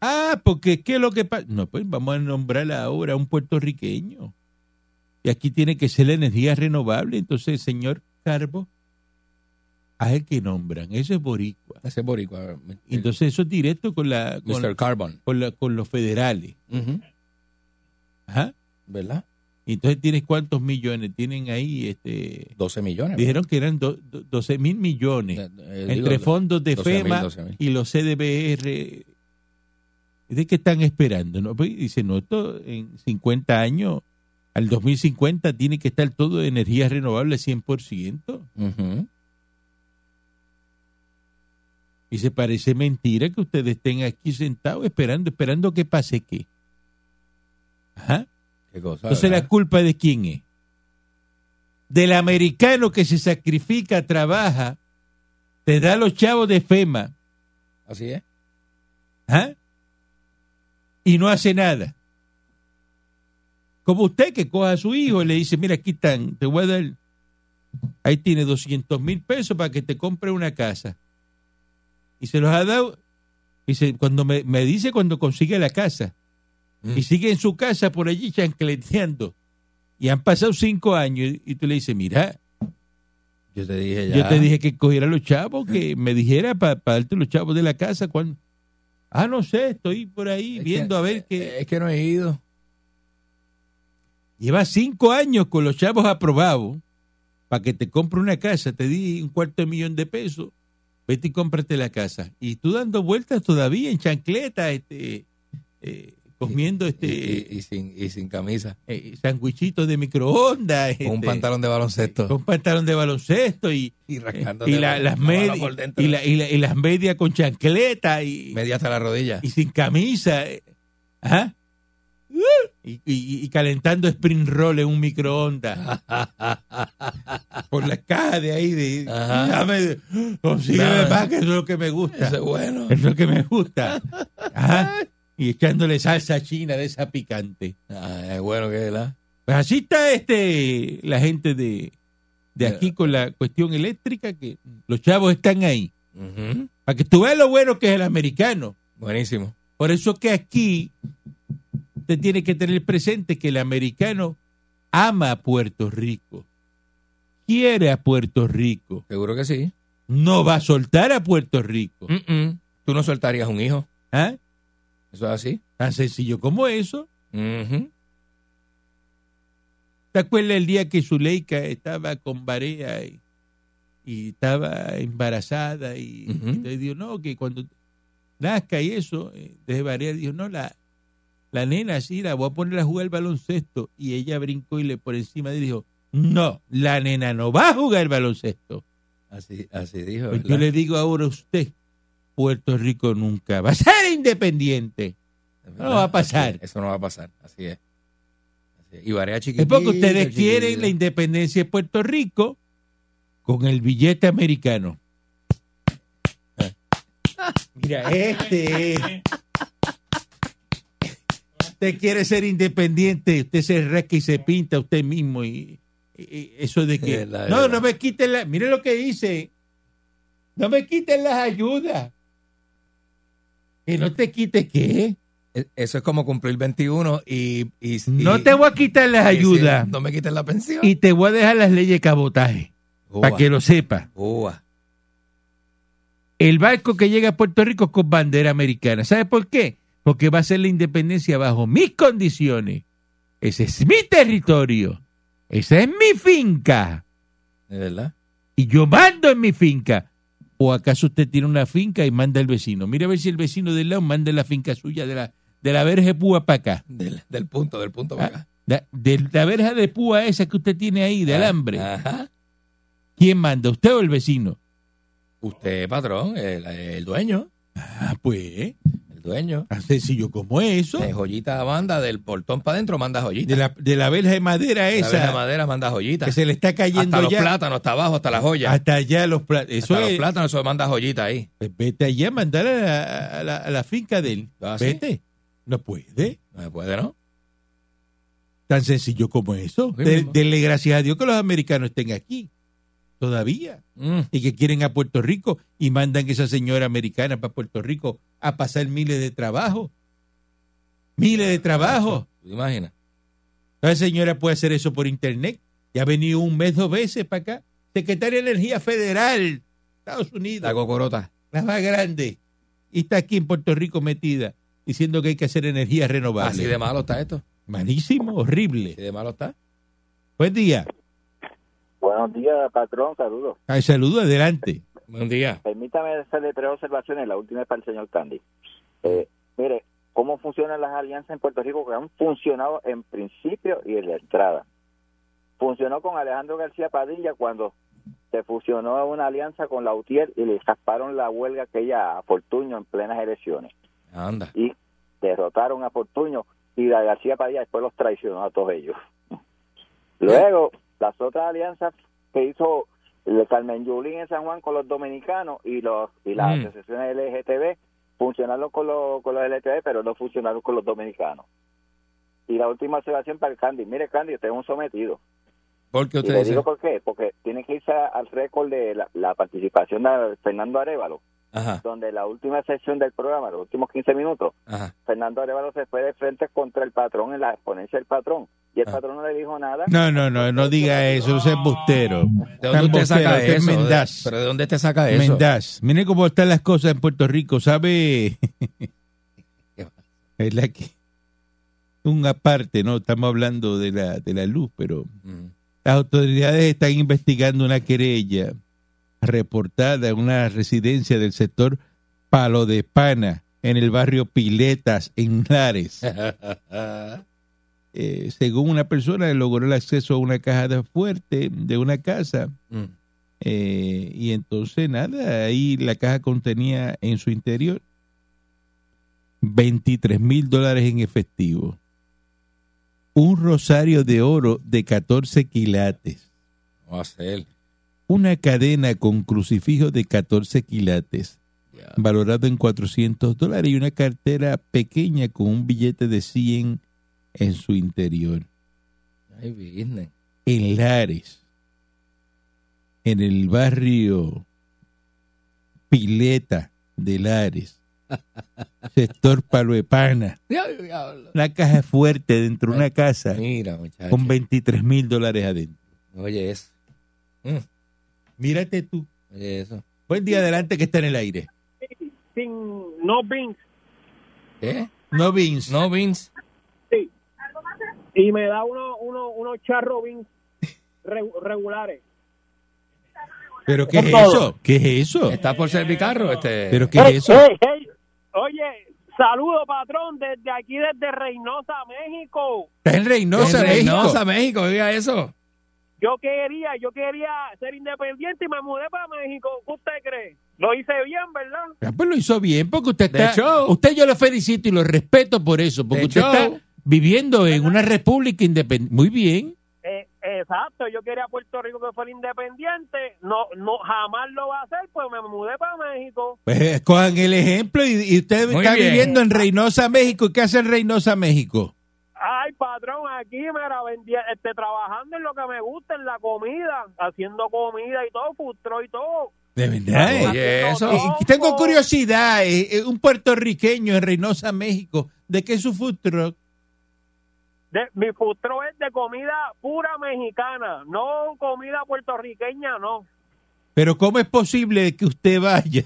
Speaker 1: Ah, porque ¿qué es lo que pasa? No, pues vamos a nombrar ahora a un puertorriqueño. Y aquí tiene que ser la energía renovable. Entonces, señor Carbo, a el que nombran. Eso es boricua.
Speaker 2: Ese es boricua.
Speaker 1: Entonces, eso es directo con, la,
Speaker 2: Mr.
Speaker 1: con,
Speaker 2: Carbon.
Speaker 1: con la- con los federales.
Speaker 2: Ujú.
Speaker 1: Ajá.
Speaker 2: ¿Verdad?
Speaker 1: Y Entonces tienes cuántos millones, tienen ahí, este,
Speaker 2: 12 millones.
Speaker 1: dijeron que eran do- do- 12 mil millones
Speaker 2: Eh, eh, digo,
Speaker 1: entre fondos de
Speaker 2: 12.000,
Speaker 1: FEMA
Speaker 2: 12.000.
Speaker 1: y los CDBR. ¿De qué están esperando? No? Pues dicen, no, esto en 50 años, al 2050 tiene que estar todo de energía renovable 100%.
Speaker 2: Ujú.
Speaker 1: Y se parece mentira que ustedes estén aquí sentados esperando, esperando que pase qué. Ajá.
Speaker 2: Qué cosa.
Speaker 1: Entonces
Speaker 2: ¿verdad?
Speaker 1: la culpa de quién es? Del americano que se sacrifica, trabaja, te da los chavos de FEMA
Speaker 2: Así es.
Speaker 1: ¿ah? y no hace nada. Como usted que coja a su hijo y le dice, mira, aquí están, te voy a dar, ahí tiene 200 mil pesos para que te compre una casa. Y se los ha dado, dice, cuando me, me dice cuando consigue la casa.
Speaker 2: Mm.
Speaker 1: Y sigue en su casa por allí chancleteando. Y han pasado cinco años y, y tú le dices, mira,
Speaker 2: Yo te dije ya.
Speaker 1: yo te dije que cogiera los chavos, que me dijera para darte los chavos de la casa. cuando Ah, no sé, estoy por ahí
Speaker 2: Es
Speaker 1: viendo
Speaker 2: que- eh,
Speaker 1: a ver que...
Speaker 2: Es que no he ido.
Speaker 1: Llevas cinco años con los chavos aprobados para que te compre una casa. Te di un cuarto de millón de pesos. Vete y cómprate la casa. Y tú dando vueltas todavía en chancleta, este, eh, comiendo este,
Speaker 2: Y, y- y sin, y sin camisa.
Speaker 1: eh, sanguichitos de microondas.
Speaker 2: Con un
Speaker 1: este,
Speaker 2: pantalón de baloncesto.
Speaker 1: con pantalón de baloncesto y,
Speaker 2: Y rascándote
Speaker 1: y, la-
Speaker 2: la-
Speaker 1: las
Speaker 2: la
Speaker 1: medias
Speaker 2: bala por dentro.
Speaker 1: y, la- y la- y las medias con chancleta y,
Speaker 2: Media hasta la rodilla.
Speaker 1: y sin camisa. eh, ajá,
Speaker 2: Uh.
Speaker 1: Y, y- y calentando spring roll en un microondas. Por la caja de ahí. De,
Speaker 2: Ajá.
Speaker 1: dame, consígueme
Speaker 2: Dame.
Speaker 1: más, que eso es lo que me gusta.
Speaker 2: Eso es bueno.
Speaker 1: Eso es lo que me gusta. Ajá, Y echándole salsa china de esa picante.
Speaker 2: Ah, es bueno que es, ¿verdad?
Speaker 1: Pues así está este la gente de, de
Speaker 2: Eh.
Speaker 1: aquí con la cuestión eléctrica, que los chavos están ahí.
Speaker 2: Ujú.
Speaker 1: Para que tú veas lo bueno que es el americano.
Speaker 2: Buenísimo.
Speaker 1: Por eso que aquí usted tiene que tener presente que el americano ama a Puerto Rico, quiere a Puerto Rico,
Speaker 2: Seguro que sí.
Speaker 1: no va a soltar a Puerto Rico.
Speaker 2: Mm-mm. Tú no soltarías un hijo.
Speaker 1: ¿Ah?
Speaker 2: Eso es así.
Speaker 1: Tan sencillo como eso.
Speaker 2: Ujú.
Speaker 1: ¿Te acuerdas el día que Zuleika estaba con Barea y, y estaba embarazada? Y,
Speaker 2: Ujú.
Speaker 1: entonces dijo, no, que cuando nazca y eso, eh, desde Barea dijo, no, la, la nena sí, la voy a poner a jugar baloncesto. Y ella brincó y le por encima de él dijo, no, la nena no va a jugar baloncesto.
Speaker 2: Así, así dijo.
Speaker 1: Pues yo
Speaker 2: ¿verdad?
Speaker 1: le digo ahora a usted, Puerto Rico nunca va a ser independiente.
Speaker 2: ¿Verdad?
Speaker 1: no va a pasar.
Speaker 2: Así es, eso no va a pasar, así es. Así es. Y Barea
Speaker 1: Es
Speaker 2: chiquitito.
Speaker 1: porque ustedes quieren la
Speaker 2: chiquitito.
Speaker 1: independencia de Puerto Rico con el billete americano. Mira, este. Usted quiere ser independiente, usted se rasca y se pinta usted mismo. Y, y- y eso de que.
Speaker 2: Es la
Speaker 1: no,
Speaker 2: verdad.
Speaker 1: no me quiten la. Mire lo que dice. No me quiten las ayudas. Que no te quite qué.
Speaker 2: Eh, Eso es como cumplir 21 y. y- y-
Speaker 1: No te voy a quitar las
Speaker 2: y decir,
Speaker 1: ayudas.
Speaker 2: No me quiten la pensión.
Speaker 1: Y te voy a dejar las leyes de cabotaje. Para
Speaker 2: Ua,
Speaker 1: que lo sepa,
Speaker 2: ua.
Speaker 1: el barco que llega a Puerto Rico es con bandera americana. ¿Sabe por qué? Porque va a ser la independencia bajo mis condiciones. Ese es mi territorio. Esa es mi finca.
Speaker 2: ¿De verdad?
Speaker 1: Y yo mando en mi finca. ¿O acaso usted tiene una finca y manda al vecino? Mira a ver si el vecino del lado manda la finca suya de la, de la verja de púa para acá.
Speaker 2: Del, del punto, del punto para acá.
Speaker 1: La- De, la verja de púa esa que usted tiene ahí, de alambre.
Speaker 2: Ajá.
Speaker 1: ¿Quién manda? ¿Usted o el vecino?
Speaker 2: Usted, patrón, el, el dueño.
Speaker 1: Ah, pues,
Speaker 2: El dueño.
Speaker 1: tan sencillo como eso.
Speaker 2: De joyita a banda, del portón para adentro manda joyita.
Speaker 1: de la, de la verja de madera
Speaker 2: De la
Speaker 1: esa
Speaker 2: verja de madera manda joyita.
Speaker 1: que se le está cayendo
Speaker 2: Hasta los
Speaker 1: ya
Speaker 2: plátanos, hasta abajo, hasta la joya.
Speaker 1: hasta allá los plátanos eso
Speaker 2: hasta los
Speaker 1: es
Speaker 2: plátanos, eso manda joyita ahí.
Speaker 1: pues vete allá a mandar a la, a la- a la finca de él
Speaker 2: Ah, ¿sí?
Speaker 1: vete no puede
Speaker 2: No se puede, ¿no?
Speaker 1: tan sencillo como eso
Speaker 2: Sí,
Speaker 1: De-
Speaker 2: mismo.
Speaker 1: denle gracias a Dios que los americanos estén aquí todavía
Speaker 2: Mm.
Speaker 1: y que quieren a Puerto Rico y mandan esa señora americana para Puerto Rico a pasar miles de trabajos miles de trabajos
Speaker 2: ¿Tú te imaginas?
Speaker 1: La señora puede hacer eso por internet. Ya ha venido un mes, dos veces para acá. Secretaria de Energía Federal, Estados
Speaker 2: La
Speaker 1: Unidos,
Speaker 2: cocorota.
Speaker 1: la más grande. Y está aquí en Puerto Rico metida, diciendo que hay que hacer energía
Speaker 2: Así
Speaker 1: renovable.
Speaker 2: de malo está esto.
Speaker 1: Malísimo,
Speaker 2: Así
Speaker 1: horrible.
Speaker 2: de malo está.
Speaker 1: Buen día.
Speaker 4: Buenos días, patrón, saludos.
Speaker 1: Ay, saludo, adelante.
Speaker 2: Buen día.
Speaker 4: Permítame hacerle tres observaciones, la última es para el señor Candy. Eh, mire, ¿cómo funcionan las alianzas en Puerto Rico que han funcionado en principio y en la entrada? Funcionó con Alejandro García Padilla cuando se fusionó una alianza con Lautier y le escaparon la huelga aquella a Fortuño en plenas elecciones.
Speaker 2: Anda.
Speaker 4: Y derrotaron a Fortuño y la García Padilla después los traicionó a todos ellos. Luego, las otras alianzas que hizo el Carmen Yulín en San Juan con los dominicanos y los y las
Speaker 2: Mm.
Speaker 4: asociaciones LGTB funcionaron con los con los LGTB, pero no funcionaron con los dominicanos. Y la última observación para el Candy. Mire, Candy, usted es un sometido.
Speaker 2: ¿Por qué
Speaker 4: Y
Speaker 2: usted
Speaker 4: le
Speaker 2: dice?
Speaker 4: digo por qué. Porque tiene que irse a- al récord de la, la participación de Fernando Arevalo,
Speaker 2: Ajá,
Speaker 4: donde la última sección del programa, los últimos 15 minutos,
Speaker 2: ajá.
Speaker 4: Fernando Arevalo se fue de frente contra el patrón en la exponencia del patrón. Y el
Speaker 2: Ah.
Speaker 4: patrón no le dijo nada.
Speaker 1: No, no, no, no diga eso, usted es bustero.
Speaker 2: ¿De dónde usted
Speaker 1: Tambostero,
Speaker 2: saca
Speaker 1: usted es
Speaker 2: eso?
Speaker 1: mendaz.
Speaker 2: ¿Pero de dónde te saca eso?
Speaker 1: Mendaz, mire cómo están las cosas en Puerto Rico, ¿sabe? ¿Verdad que? Un aparte, ¿no? Estamos hablando de la, de la luz, pero
Speaker 2: Mm.
Speaker 1: las autoridades están investigando una querella reportada en una residencia del sector Palo de Pana, en el barrio Piletas, en Lares.
Speaker 2: Ah.
Speaker 1: Eh, según una persona, logró el acceso a una caja de fuerte de una casa
Speaker 2: Mm.
Speaker 1: eh, y entonces, nada, ahí la caja contenía en su interior 23 mil dólares en efectivo. Un rosario de oro de 14 quilates.
Speaker 2: ¿Cómo va a ser?
Speaker 1: Una cadena con crucifijo de 14 quilates,
Speaker 2: Ya.
Speaker 1: valorado en 400 dólares. Y una cartera pequeña con un billete de 100 en su interior.
Speaker 2: Ay, business.
Speaker 1: en Lares, en el barrio Pileta de Lares, sector Paloepana,
Speaker 2: Diablo, diablo.
Speaker 1: una caja fuerte dentro de una casa
Speaker 2: Mira, muchacho.
Speaker 1: con 23 mil dólares adentro.
Speaker 2: Oye, eso.
Speaker 1: Mírate tú.
Speaker 2: Oye, eso.
Speaker 1: Buen día adelante que está en el aire.
Speaker 5: sin no Bing.
Speaker 2: ¿Qué?
Speaker 1: No, Vince.
Speaker 2: No, Vince.
Speaker 6: Y me da uno, uno, unos charrobins regulares.
Speaker 1: ¿Pero qué es
Speaker 6: Con todo.
Speaker 1: eso? ¿Qué es eso?
Speaker 2: Está por ser carro, este.
Speaker 1: ¿Pero qué es eso?
Speaker 6: Ey, ey, Oye, saludo, patrón, desde aquí, desde Reynosa, México.
Speaker 1: Está en Reynosa,
Speaker 2: En
Speaker 1: México.
Speaker 2: Reynosa, México, diga eso.
Speaker 6: Yo quería, yo quería ser independiente y me mudé para México. ¿Qué usted cree? Lo hice bien, ¿verdad?
Speaker 1: Ah, pues lo hizo bien porque usted
Speaker 2: De
Speaker 1: está...
Speaker 2: hecho.
Speaker 1: usted yo lo felicito y lo respeto por eso, porque
Speaker 2: De
Speaker 1: usted
Speaker 2: hecho.
Speaker 1: está viviendo en una república independiente. Muy bien.
Speaker 6: Eh, exacto, yo quería Puerto Rico que fuera independiente. No, no, jamás lo va a hacer, pues me mudé para México.
Speaker 1: Pues cojan el ejemplo y, y usted
Speaker 2: Muy
Speaker 1: está
Speaker 2: bien.
Speaker 1: viviendo en Reynosa, México. ¿Y qué hace en Reynosa, México?
Speaker 6: Ay, patrón, aquí, mira, vendía, este, trabajando en lo que me gusta, en la comida, haciendo comida y todo, futuro y todo.
Speaker 1: De verdad. ¿eh?
Speaker 2: Oye, eso.
Speaker 1: Eh, tengo curiosidad, eh, eh, un puertorriqueño en Reynosa, México, ¿de qué es su food truck?
Speaker 6: De- mi futuro es de comida pura mexicana, no comida puertorriqueña, no.
Speaker 1: Pero ¿cómo es posible que usted vaya,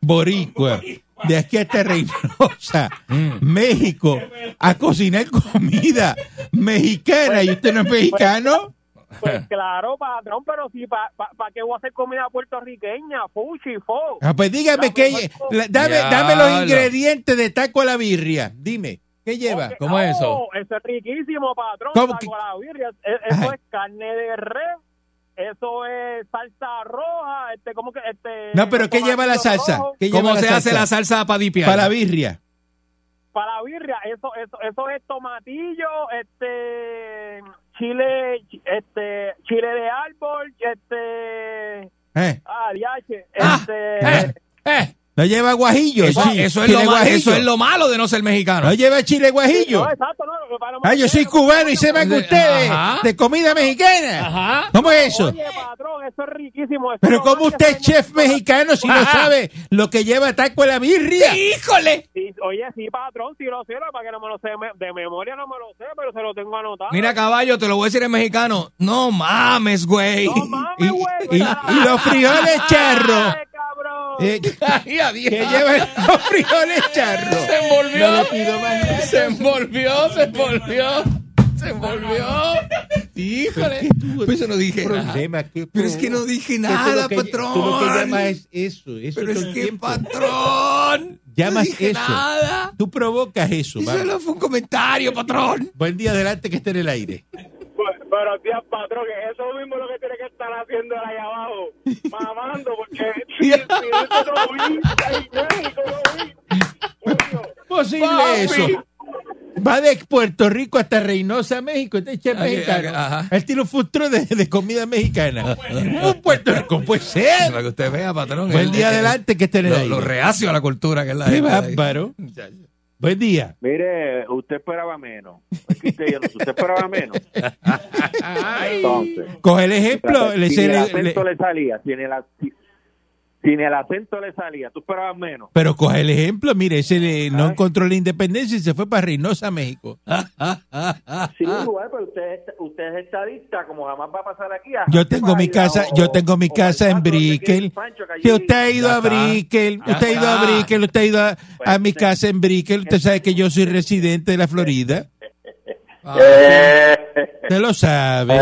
Speaker 1: boricua, de aquí hasta Reynosa,
Speaker 2: Mm.
Speaker 1: México, a cocinar comida mexicana y usted no es mexicano?
Speaker 6: Pues claro, patrón, pero si, ¿para pa, pa qué voy a hacer comida puertorriqueña? Fuchi, fo.
Speaker 1: Ah, pues dígame, que, dame, dame los ingredientes de taco a la birria. Dime, ¿qué lleva?
Speaker 6: Porque-
Speaker 2: ¿Cómo es
Speaker 6: oh, Eso es riquísimo, patrón.
Speaker 1: ¿Cómo
Speaker 6: taco
Speaker 1: que-
Speaker 6: a la birria. E- Eso
Speaker 1: Ajá.
Speaker 6: es carne de res. Eso es salsa roja. Este, ¿cómo que? Este,
Speaker 1: No, pero ¿qué lleva la
Speaker 6: tomatillo
Speaker 1: salsa?
Speaker 6: rojo.
Speaker 1: ¿Qué lleva
Speaker 2: ¿Cómo se hace la
Speaker 1: salsa?
Speaker 2: salsa para dipiar?
Speaker 1: Para la birria.
Speaker 6: Para la birria, eso, eso, eso es tomatillo, este, chile, este, chile de árbol, este,
Speaker 1: ¿Eh?
Speaker 6: ah, diache,
Speaker 2: Ah,
Speaker 6: este,
Speaker 2: eh, eh.
Speaker 1: No lleva guajillo.
Speaker 2: Eso,
Speaker 1: sí,
Speaker 2: eso es
Speaker 1: chile
Speaker 2: lo ma-
Speaker 1: guajillo.
Speaker 2: eso es lo malo de no ser mexicano.
Speaker 1: No lleva chile guajillo.
Speaker 6: no, exacto, no, lo- para-
Speaker 1: Ah, yo soy cubano y sé más que ustedes
Speaker 2: Ajá.
Speaker 1: de comida mexicana.
Speaker 2: Ajá.
Speaker 1: ¿Cómo es eso?
Speaker 6: Oye, patrón, eso es riquísimo. eso
Speaker 1: Pero
Speaker 6: no
Speaker 1: ¿cómo
Speaker 6: más que
Speaker 1: usted es
Speaker 6: hacer-
Speaker 1: chef mexicano si no
Speaker 2: Ajá.
Speaker 1: sabe lo que lleva taco a la birria?
Speaker 2: ¡Híjole!
Speaker 6: Sí, oye, sí, patrón, sí lo sé, lo- para que no me lo sé, me- de memoria no me lo sé, pero se lo tengo anotado.
Speaker 2: Mira, caballo, te lo voy a decir en mexicano. No mames, güey.
Speaker 6: No mames,
Speaker 1: Y,
Speaker 6: güey.
Speaker 1: y- y los frijoles charro.
Speaker 6: Ah, Ay, cabrón.
Speaker 1: eh, que
Speaker 2: Ay, adiós.
Speaker 1: lleva los frijoles charro.
Speaker 2: Se envolvió.
Speaker 1: No le pido más nada.
Speaker 2: se envolvió, se envolvió. Se envolvió. Híjole. Por eso no dije nada.
Speaker 1: Problema, qué
Speaker 2: Pero es
Speaker 1: problema.
Speaker 2: que no dije
Speaker 1: Que tú lo
Speaker 2: nada,
Speaker 1: que-
Speaker 2: patrón.
Speaker 1: Tú lo que llamas es eso. eso
Speaker 2: Pero
Speaker 1: todo
Speaker 2: es
Speaker 1: el
Speaker 2: que,
Speaker 1: tiempo.
Speaker 2: patrón.
Speaker 1: Llamas
Speaker 2: no dije
Speaker 1: eso.
Speaker 2: nada.
Speaker 1: Tú provocas eso.
Speaker 2: Y
Speaker 1: vamos.
Speaker 2: solo fue un comentario, patrón.
Speaker 1: Buen día, adelante que esté en el aire.
Speaker 6: Pero, Pues, pero, tía, patrón, que eso mismo es lo que tiene que estar haciendo ahí abajo, mamando, porque si, si eso no vi, ahí México no vi. Coño,
Speaker 1: Posible
Speaker 2: Papi.
Speaker 1: eso. Va de Puerto Rico hasta Reynosa, México. Este es chef
Speaker 2: Ok,
Speaker 1: mexicano.
Speaker 2: ok, ajá.
Speaker 1: El estilo futuro de, de comida mexicana. Un Puerto Rico, pues
Speaker 2: Para
Speaker 1: ser.
Speaker 2: que usted vea, patrón.
Speaker 1: Buen
Speaker 2: el-
Speaker 1: día
Speaker 2: el-
Speaker 1: adelante que esté en el
Speaker 2: Lo, lo
Speaker 1: aire.
Speaker 2: reacio a la cultura que es la
Speaker 1: Qué
Speaker 2: gente de ahí.
Speaker 1: bárbaro. Buen día.
Speaker 4: Mire, usted esperaba menos. Es que usted, yo no sé, usted esperaba menos. Entonces,
Speaker 1: Coge el ejemplo. le-
Speaker 4: si
Speaker 1: se-
Speaker 4: ni el
Speaker 1: le-
Speaker 4: acento
Speaker 1: le-
Speaker 4: le salía, si ni el, ac- si- si ni el acento le salía, tú esperabas menos.
Speaker 1: pero coge el ejemplo. Mire, ese le- no
Speaker 4: Ay.
Speaker 1: encontró la independencia y se fue para Reynosa, México.
Speaker 4: Sí, igual, pero usted, es- usted es estadista, como jamás va a pasar aquí. a
Speaker 1: Yo tengo mi
Speaker 4: Jaina
Speaker 1: casa,
Speaker 4: o-
Speaker 1: yo tengo mi
Speaker 4: o
Speaker 1: casa en
Speaker 4: Pancho, donde
Speaker 1: Brickell.
Speaker 4: quiere Pancho, que allí-
Speaker 1: Si usted ha ido
Speaker 2: Ya
Speaker 1: a
Speaker 2: está.
Speaker 1: Brickell,
Speaker 2: Ya
Speaker 1: usted ha ido a
Speaker 2: está.
Speaker 1: Brickell, usted ha ido a, a mi casa en Brickell, usted sabe que yo soy residente de la Florida.
Speaker 4: Eh,
Speaker 1: Usted lo sabe.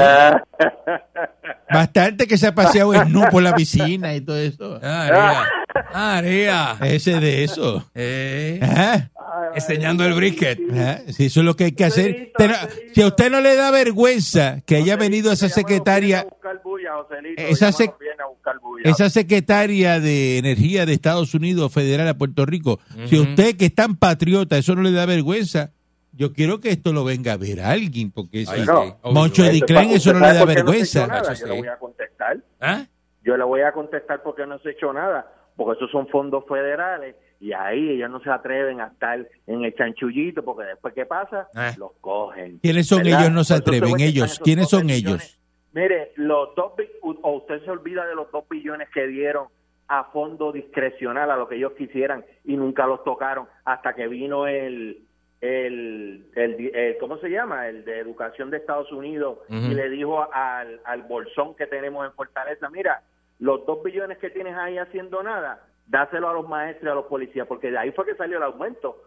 Speaker 1: Bastante que se ha paseado en nu por la piscina y todo eso.
Speaker 2: María. María.
Speaker 1: Ese de eso.
Speaker 2: Eh,
Speaker 1: Ajá,
Speaker 2: enseñando el brisket.
Speaker 1: ajá. Sí, eso es lo que hay que hacer. Usted no- si a usted no le da vergüenza que haya venido esa secretaria,
Speaker 4: Llámanos, viene a buscar bulla, Joselito,
Speaker 1: Esa
Speaker 4: llámanos,
Speaker 1: sec-
Speaker 4: viene a buscar bulla.
Speaker 1: esa secretaria de Energía de Estados Unidos Federal a Puerto Rico, si a usted que es tan patriota, eso no le da vergüenza, yo quiero que esto lo venga a ver alguien, porque si
Speaker 2: Ay,
Speaker 4: no.
Speaker 2: sí. Obvio.
Speaker 1: Moncho
Speaker 4: Este,
Speaker 1: Diclán,
Speaker 4: ¿usted
Speaker 1: eso no le
Speaker 4: sabe
Speaker 1: da
Speaker 4: por qué no se hizo
Speaker 1: vergüenza.
Speaker 4: nada?
Speaker 2: Macho,
Speaker 4: Yo le
Speaker 2: sí.
Speaker 4: voy a contestar.
Speaker 2: ¿Ah?
Speaker 4: Yo le voy a contestar porque no se ha hecho nada, porque esos son fondos federales y ahí ellos no se atreven a estar en el chanchullito porque después qué pasa,
Speaker 2: Ah.
Speaker 4: los cogen.
Speaker 1: ¿Quiénes son
Speaker 4: ¿Verdad?
Speaker 1: ellos? No se
Speaker 4: Por eso te
Speaker 1: atreven
Speaker 4: voy a quitar
Speaker 1: ellos.
Speaker 4: esos
Speaker 1: ¿Quiénes son
Speaker 4: 12
Speaker 1: ellos?
Speaker 4: billones. Mire, los dos bi- u- o usted se olvida de los dos billones que dieron a fondo discrecional a lo que ellos quisieran y nunca los tocaron hasta que vino el el, el, di- el- ¿cómo se llama? el de educación de Estados Unidos
Speaker 2: Ujú.
Speaker 4: y le dijo al, al bolsón que tenemos en Fortaleza, mira, los dos billones que tienes ahí haciendo nada, dáselo a los maestros y a los policías, porque de ahí fue que salió el aumento.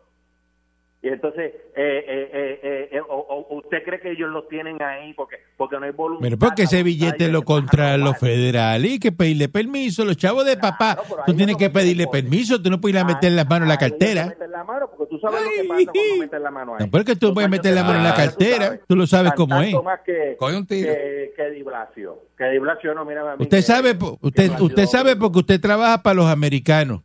Speaker 4: Y entonces, eh, eh, eh, eh, eh, o, o- ¿usted cree que ellos los tienen ahí porque porque no hay voluntad?
Speaker 1: Pero porque ese
Speaker 4: la
Speaker 1: billete lo
Speaker 4: voluntad ellos se
Speaker 1: contra
Speaker 4: van a
Speaker 1: los
Speaker 4: robar.
Speaker 1: federales, hay que pedirle permiso, los chavos de papá,
Speaker 4: pero ahí
Speaker 1: tú
Speaker 4: no
Speaker 1: tienes
Speaker 4: lo
Speaker 1: que
Speaker 4: meten
Speaker 1: pedirle
Speaker 4: por-
Speaker 1: permiso, tú no puedes ir a meter las manos en la
Speaker 4: Ahí Ah, ellos
Speaker 1: cartera.
Speaker 4: no meten la mano porque tú sabes lo que pasa cuando meten la mano ahí.
Speaker 1: No, porque tú
Speaker 4: Los
Speaker 1: puedes
Speaker 4: años
Speaker 1: meter la
Speaker 4: de
Speaker 1: mano en la
Speaker 4: edad, tú
Speaker 1: cartera,
Speaker 4: sabes.
Speaker 1: tú lo sabes
Speaker 4: Tan-
Speaker 1: cómo es.
Speaker 4: tanto más que,
Speaker 2: Coge un tiro.
Speaker 4: Que, que Di Blasio. Que Di Blasio no mira a mí
Speaker 1: Usted
Speaker 4: que-
Speaker 1: sabe, po- usted,
Speaker 4: que
Speaker 1: usted
Speaker 4: Blasio-
Speaker 1: sabe porque usted trabaja para los americanos.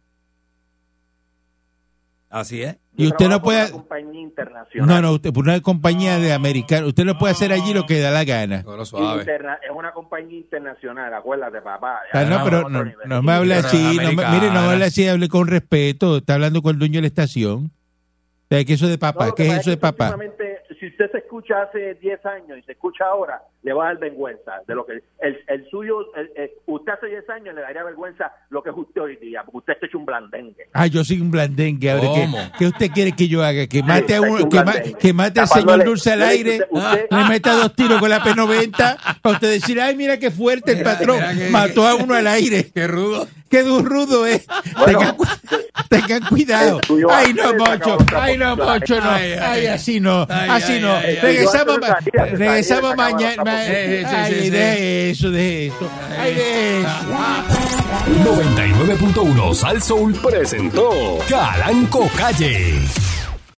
Speaker 2: Así es.
Speaker 1: Y
Speaker 4: Yo
Speaker 1: usted no
Speaker 4: trabajo para
Speaker 1: puede...
Speaker 4: una compañía internacional.
Speaker 1: No, no, usted, por una compañía de americanos. Usted no puede hacer allí lo que da la gana.
Speaker 2: Todo lo suave.
Speaker 4: Interna- es una compañía internacional, acuérdate, papá.
Speaker 1: Ah, no,
Speaker 2: no,
Speaker 1: pero
Speaker 4: otro
Speaker 1: no,
Speaker 4: nivel.
Speaker 1: no me hable
Speaker 2: Pero
Speaker 1: así.
Speaker 2: las
Speaker 1: No me- mire, no me hable
Speaker 2: americanas.
Speaker 1: así, hable con respeto. Está hablando con el dueño de la estación. O sea, que eso de
Speaker 4: No,
Speaker 1: papá,
Speaker 4: lo que
Speaker 1: ¿qué es
Speaker 4: pasa
Speaker 1: eso de
Speaker 4: que
Speaker 1: papá?
Speaker 4: últimamente, Si usted se escucha hace 10 años y se escucha ahora, le va a dar vergüenza de lo que el, el suyo, el- el- usted hace 10 años le daría vergüenza lo que es usted hoy día, porque usted está hecho un blandengue.
Speaker 1: Ah, yo soy un blandengue. Ahora, ¿qué,
Speaker 2: ¿Cómo?
Speaker 1: qué usted quiere que yo haga? ¿Que mate, a
Speaker 4: Usted es
Speaker 1: uno,
Speaker 4: un
Speaker 1: que ma-
Speaker 4: blandengue.
Speaker 1: que mate al señor
Speaker 4: Tapándole-
Speaker 1: Dulce al
Speaker 4: Mire,
Speaker 1: aire?
Speaker 4: usted-
Speaker 1: Le meta dos tiros con la P90 para usted decir, ay, mira qué fuerte el patrón.
Speaker 2: mira que-
Speaker 1: Mató a uno al aire.
Speaker 2: Qué rudo.
Speaker 1: Qué du- rudo es. tengan, cu- tengan cuidado.
Speaker 4: El tuyo
Speaker 1: Ay, no,
Speaker 4: antes de sacar
Speaker 1: Mocho.
Speaker 4: los trapos.
Speaker 1: Ay, no, Mocho, no.
Speaker 2: Ay, ay,
Speaker 1: Ay, así no.
Speaker 2: Ay,
Speaker 1: Así
Speaker 2: ay,
Speaker 1: no.
Speaker 2: ay, ay.
Speaker 1: Regresamos
Speaker 4: El tuyo antes de salir,
Speaker 1: ma-
Speaker 4: antes de
Speaker 1: regresamos eh,
Speaker 4: salir, le
Speaker 1: mañana.
Speaker 4: sacaban los
Speaker 2: trapos. Sí, sí, sí,
Speaker 1: Ay,
Speaker 2: sí.
Speaker 1: de eso, de eso. Ay, de eso.
Speaker 7: 99.1 Sal Soul presentó Calanco Calle.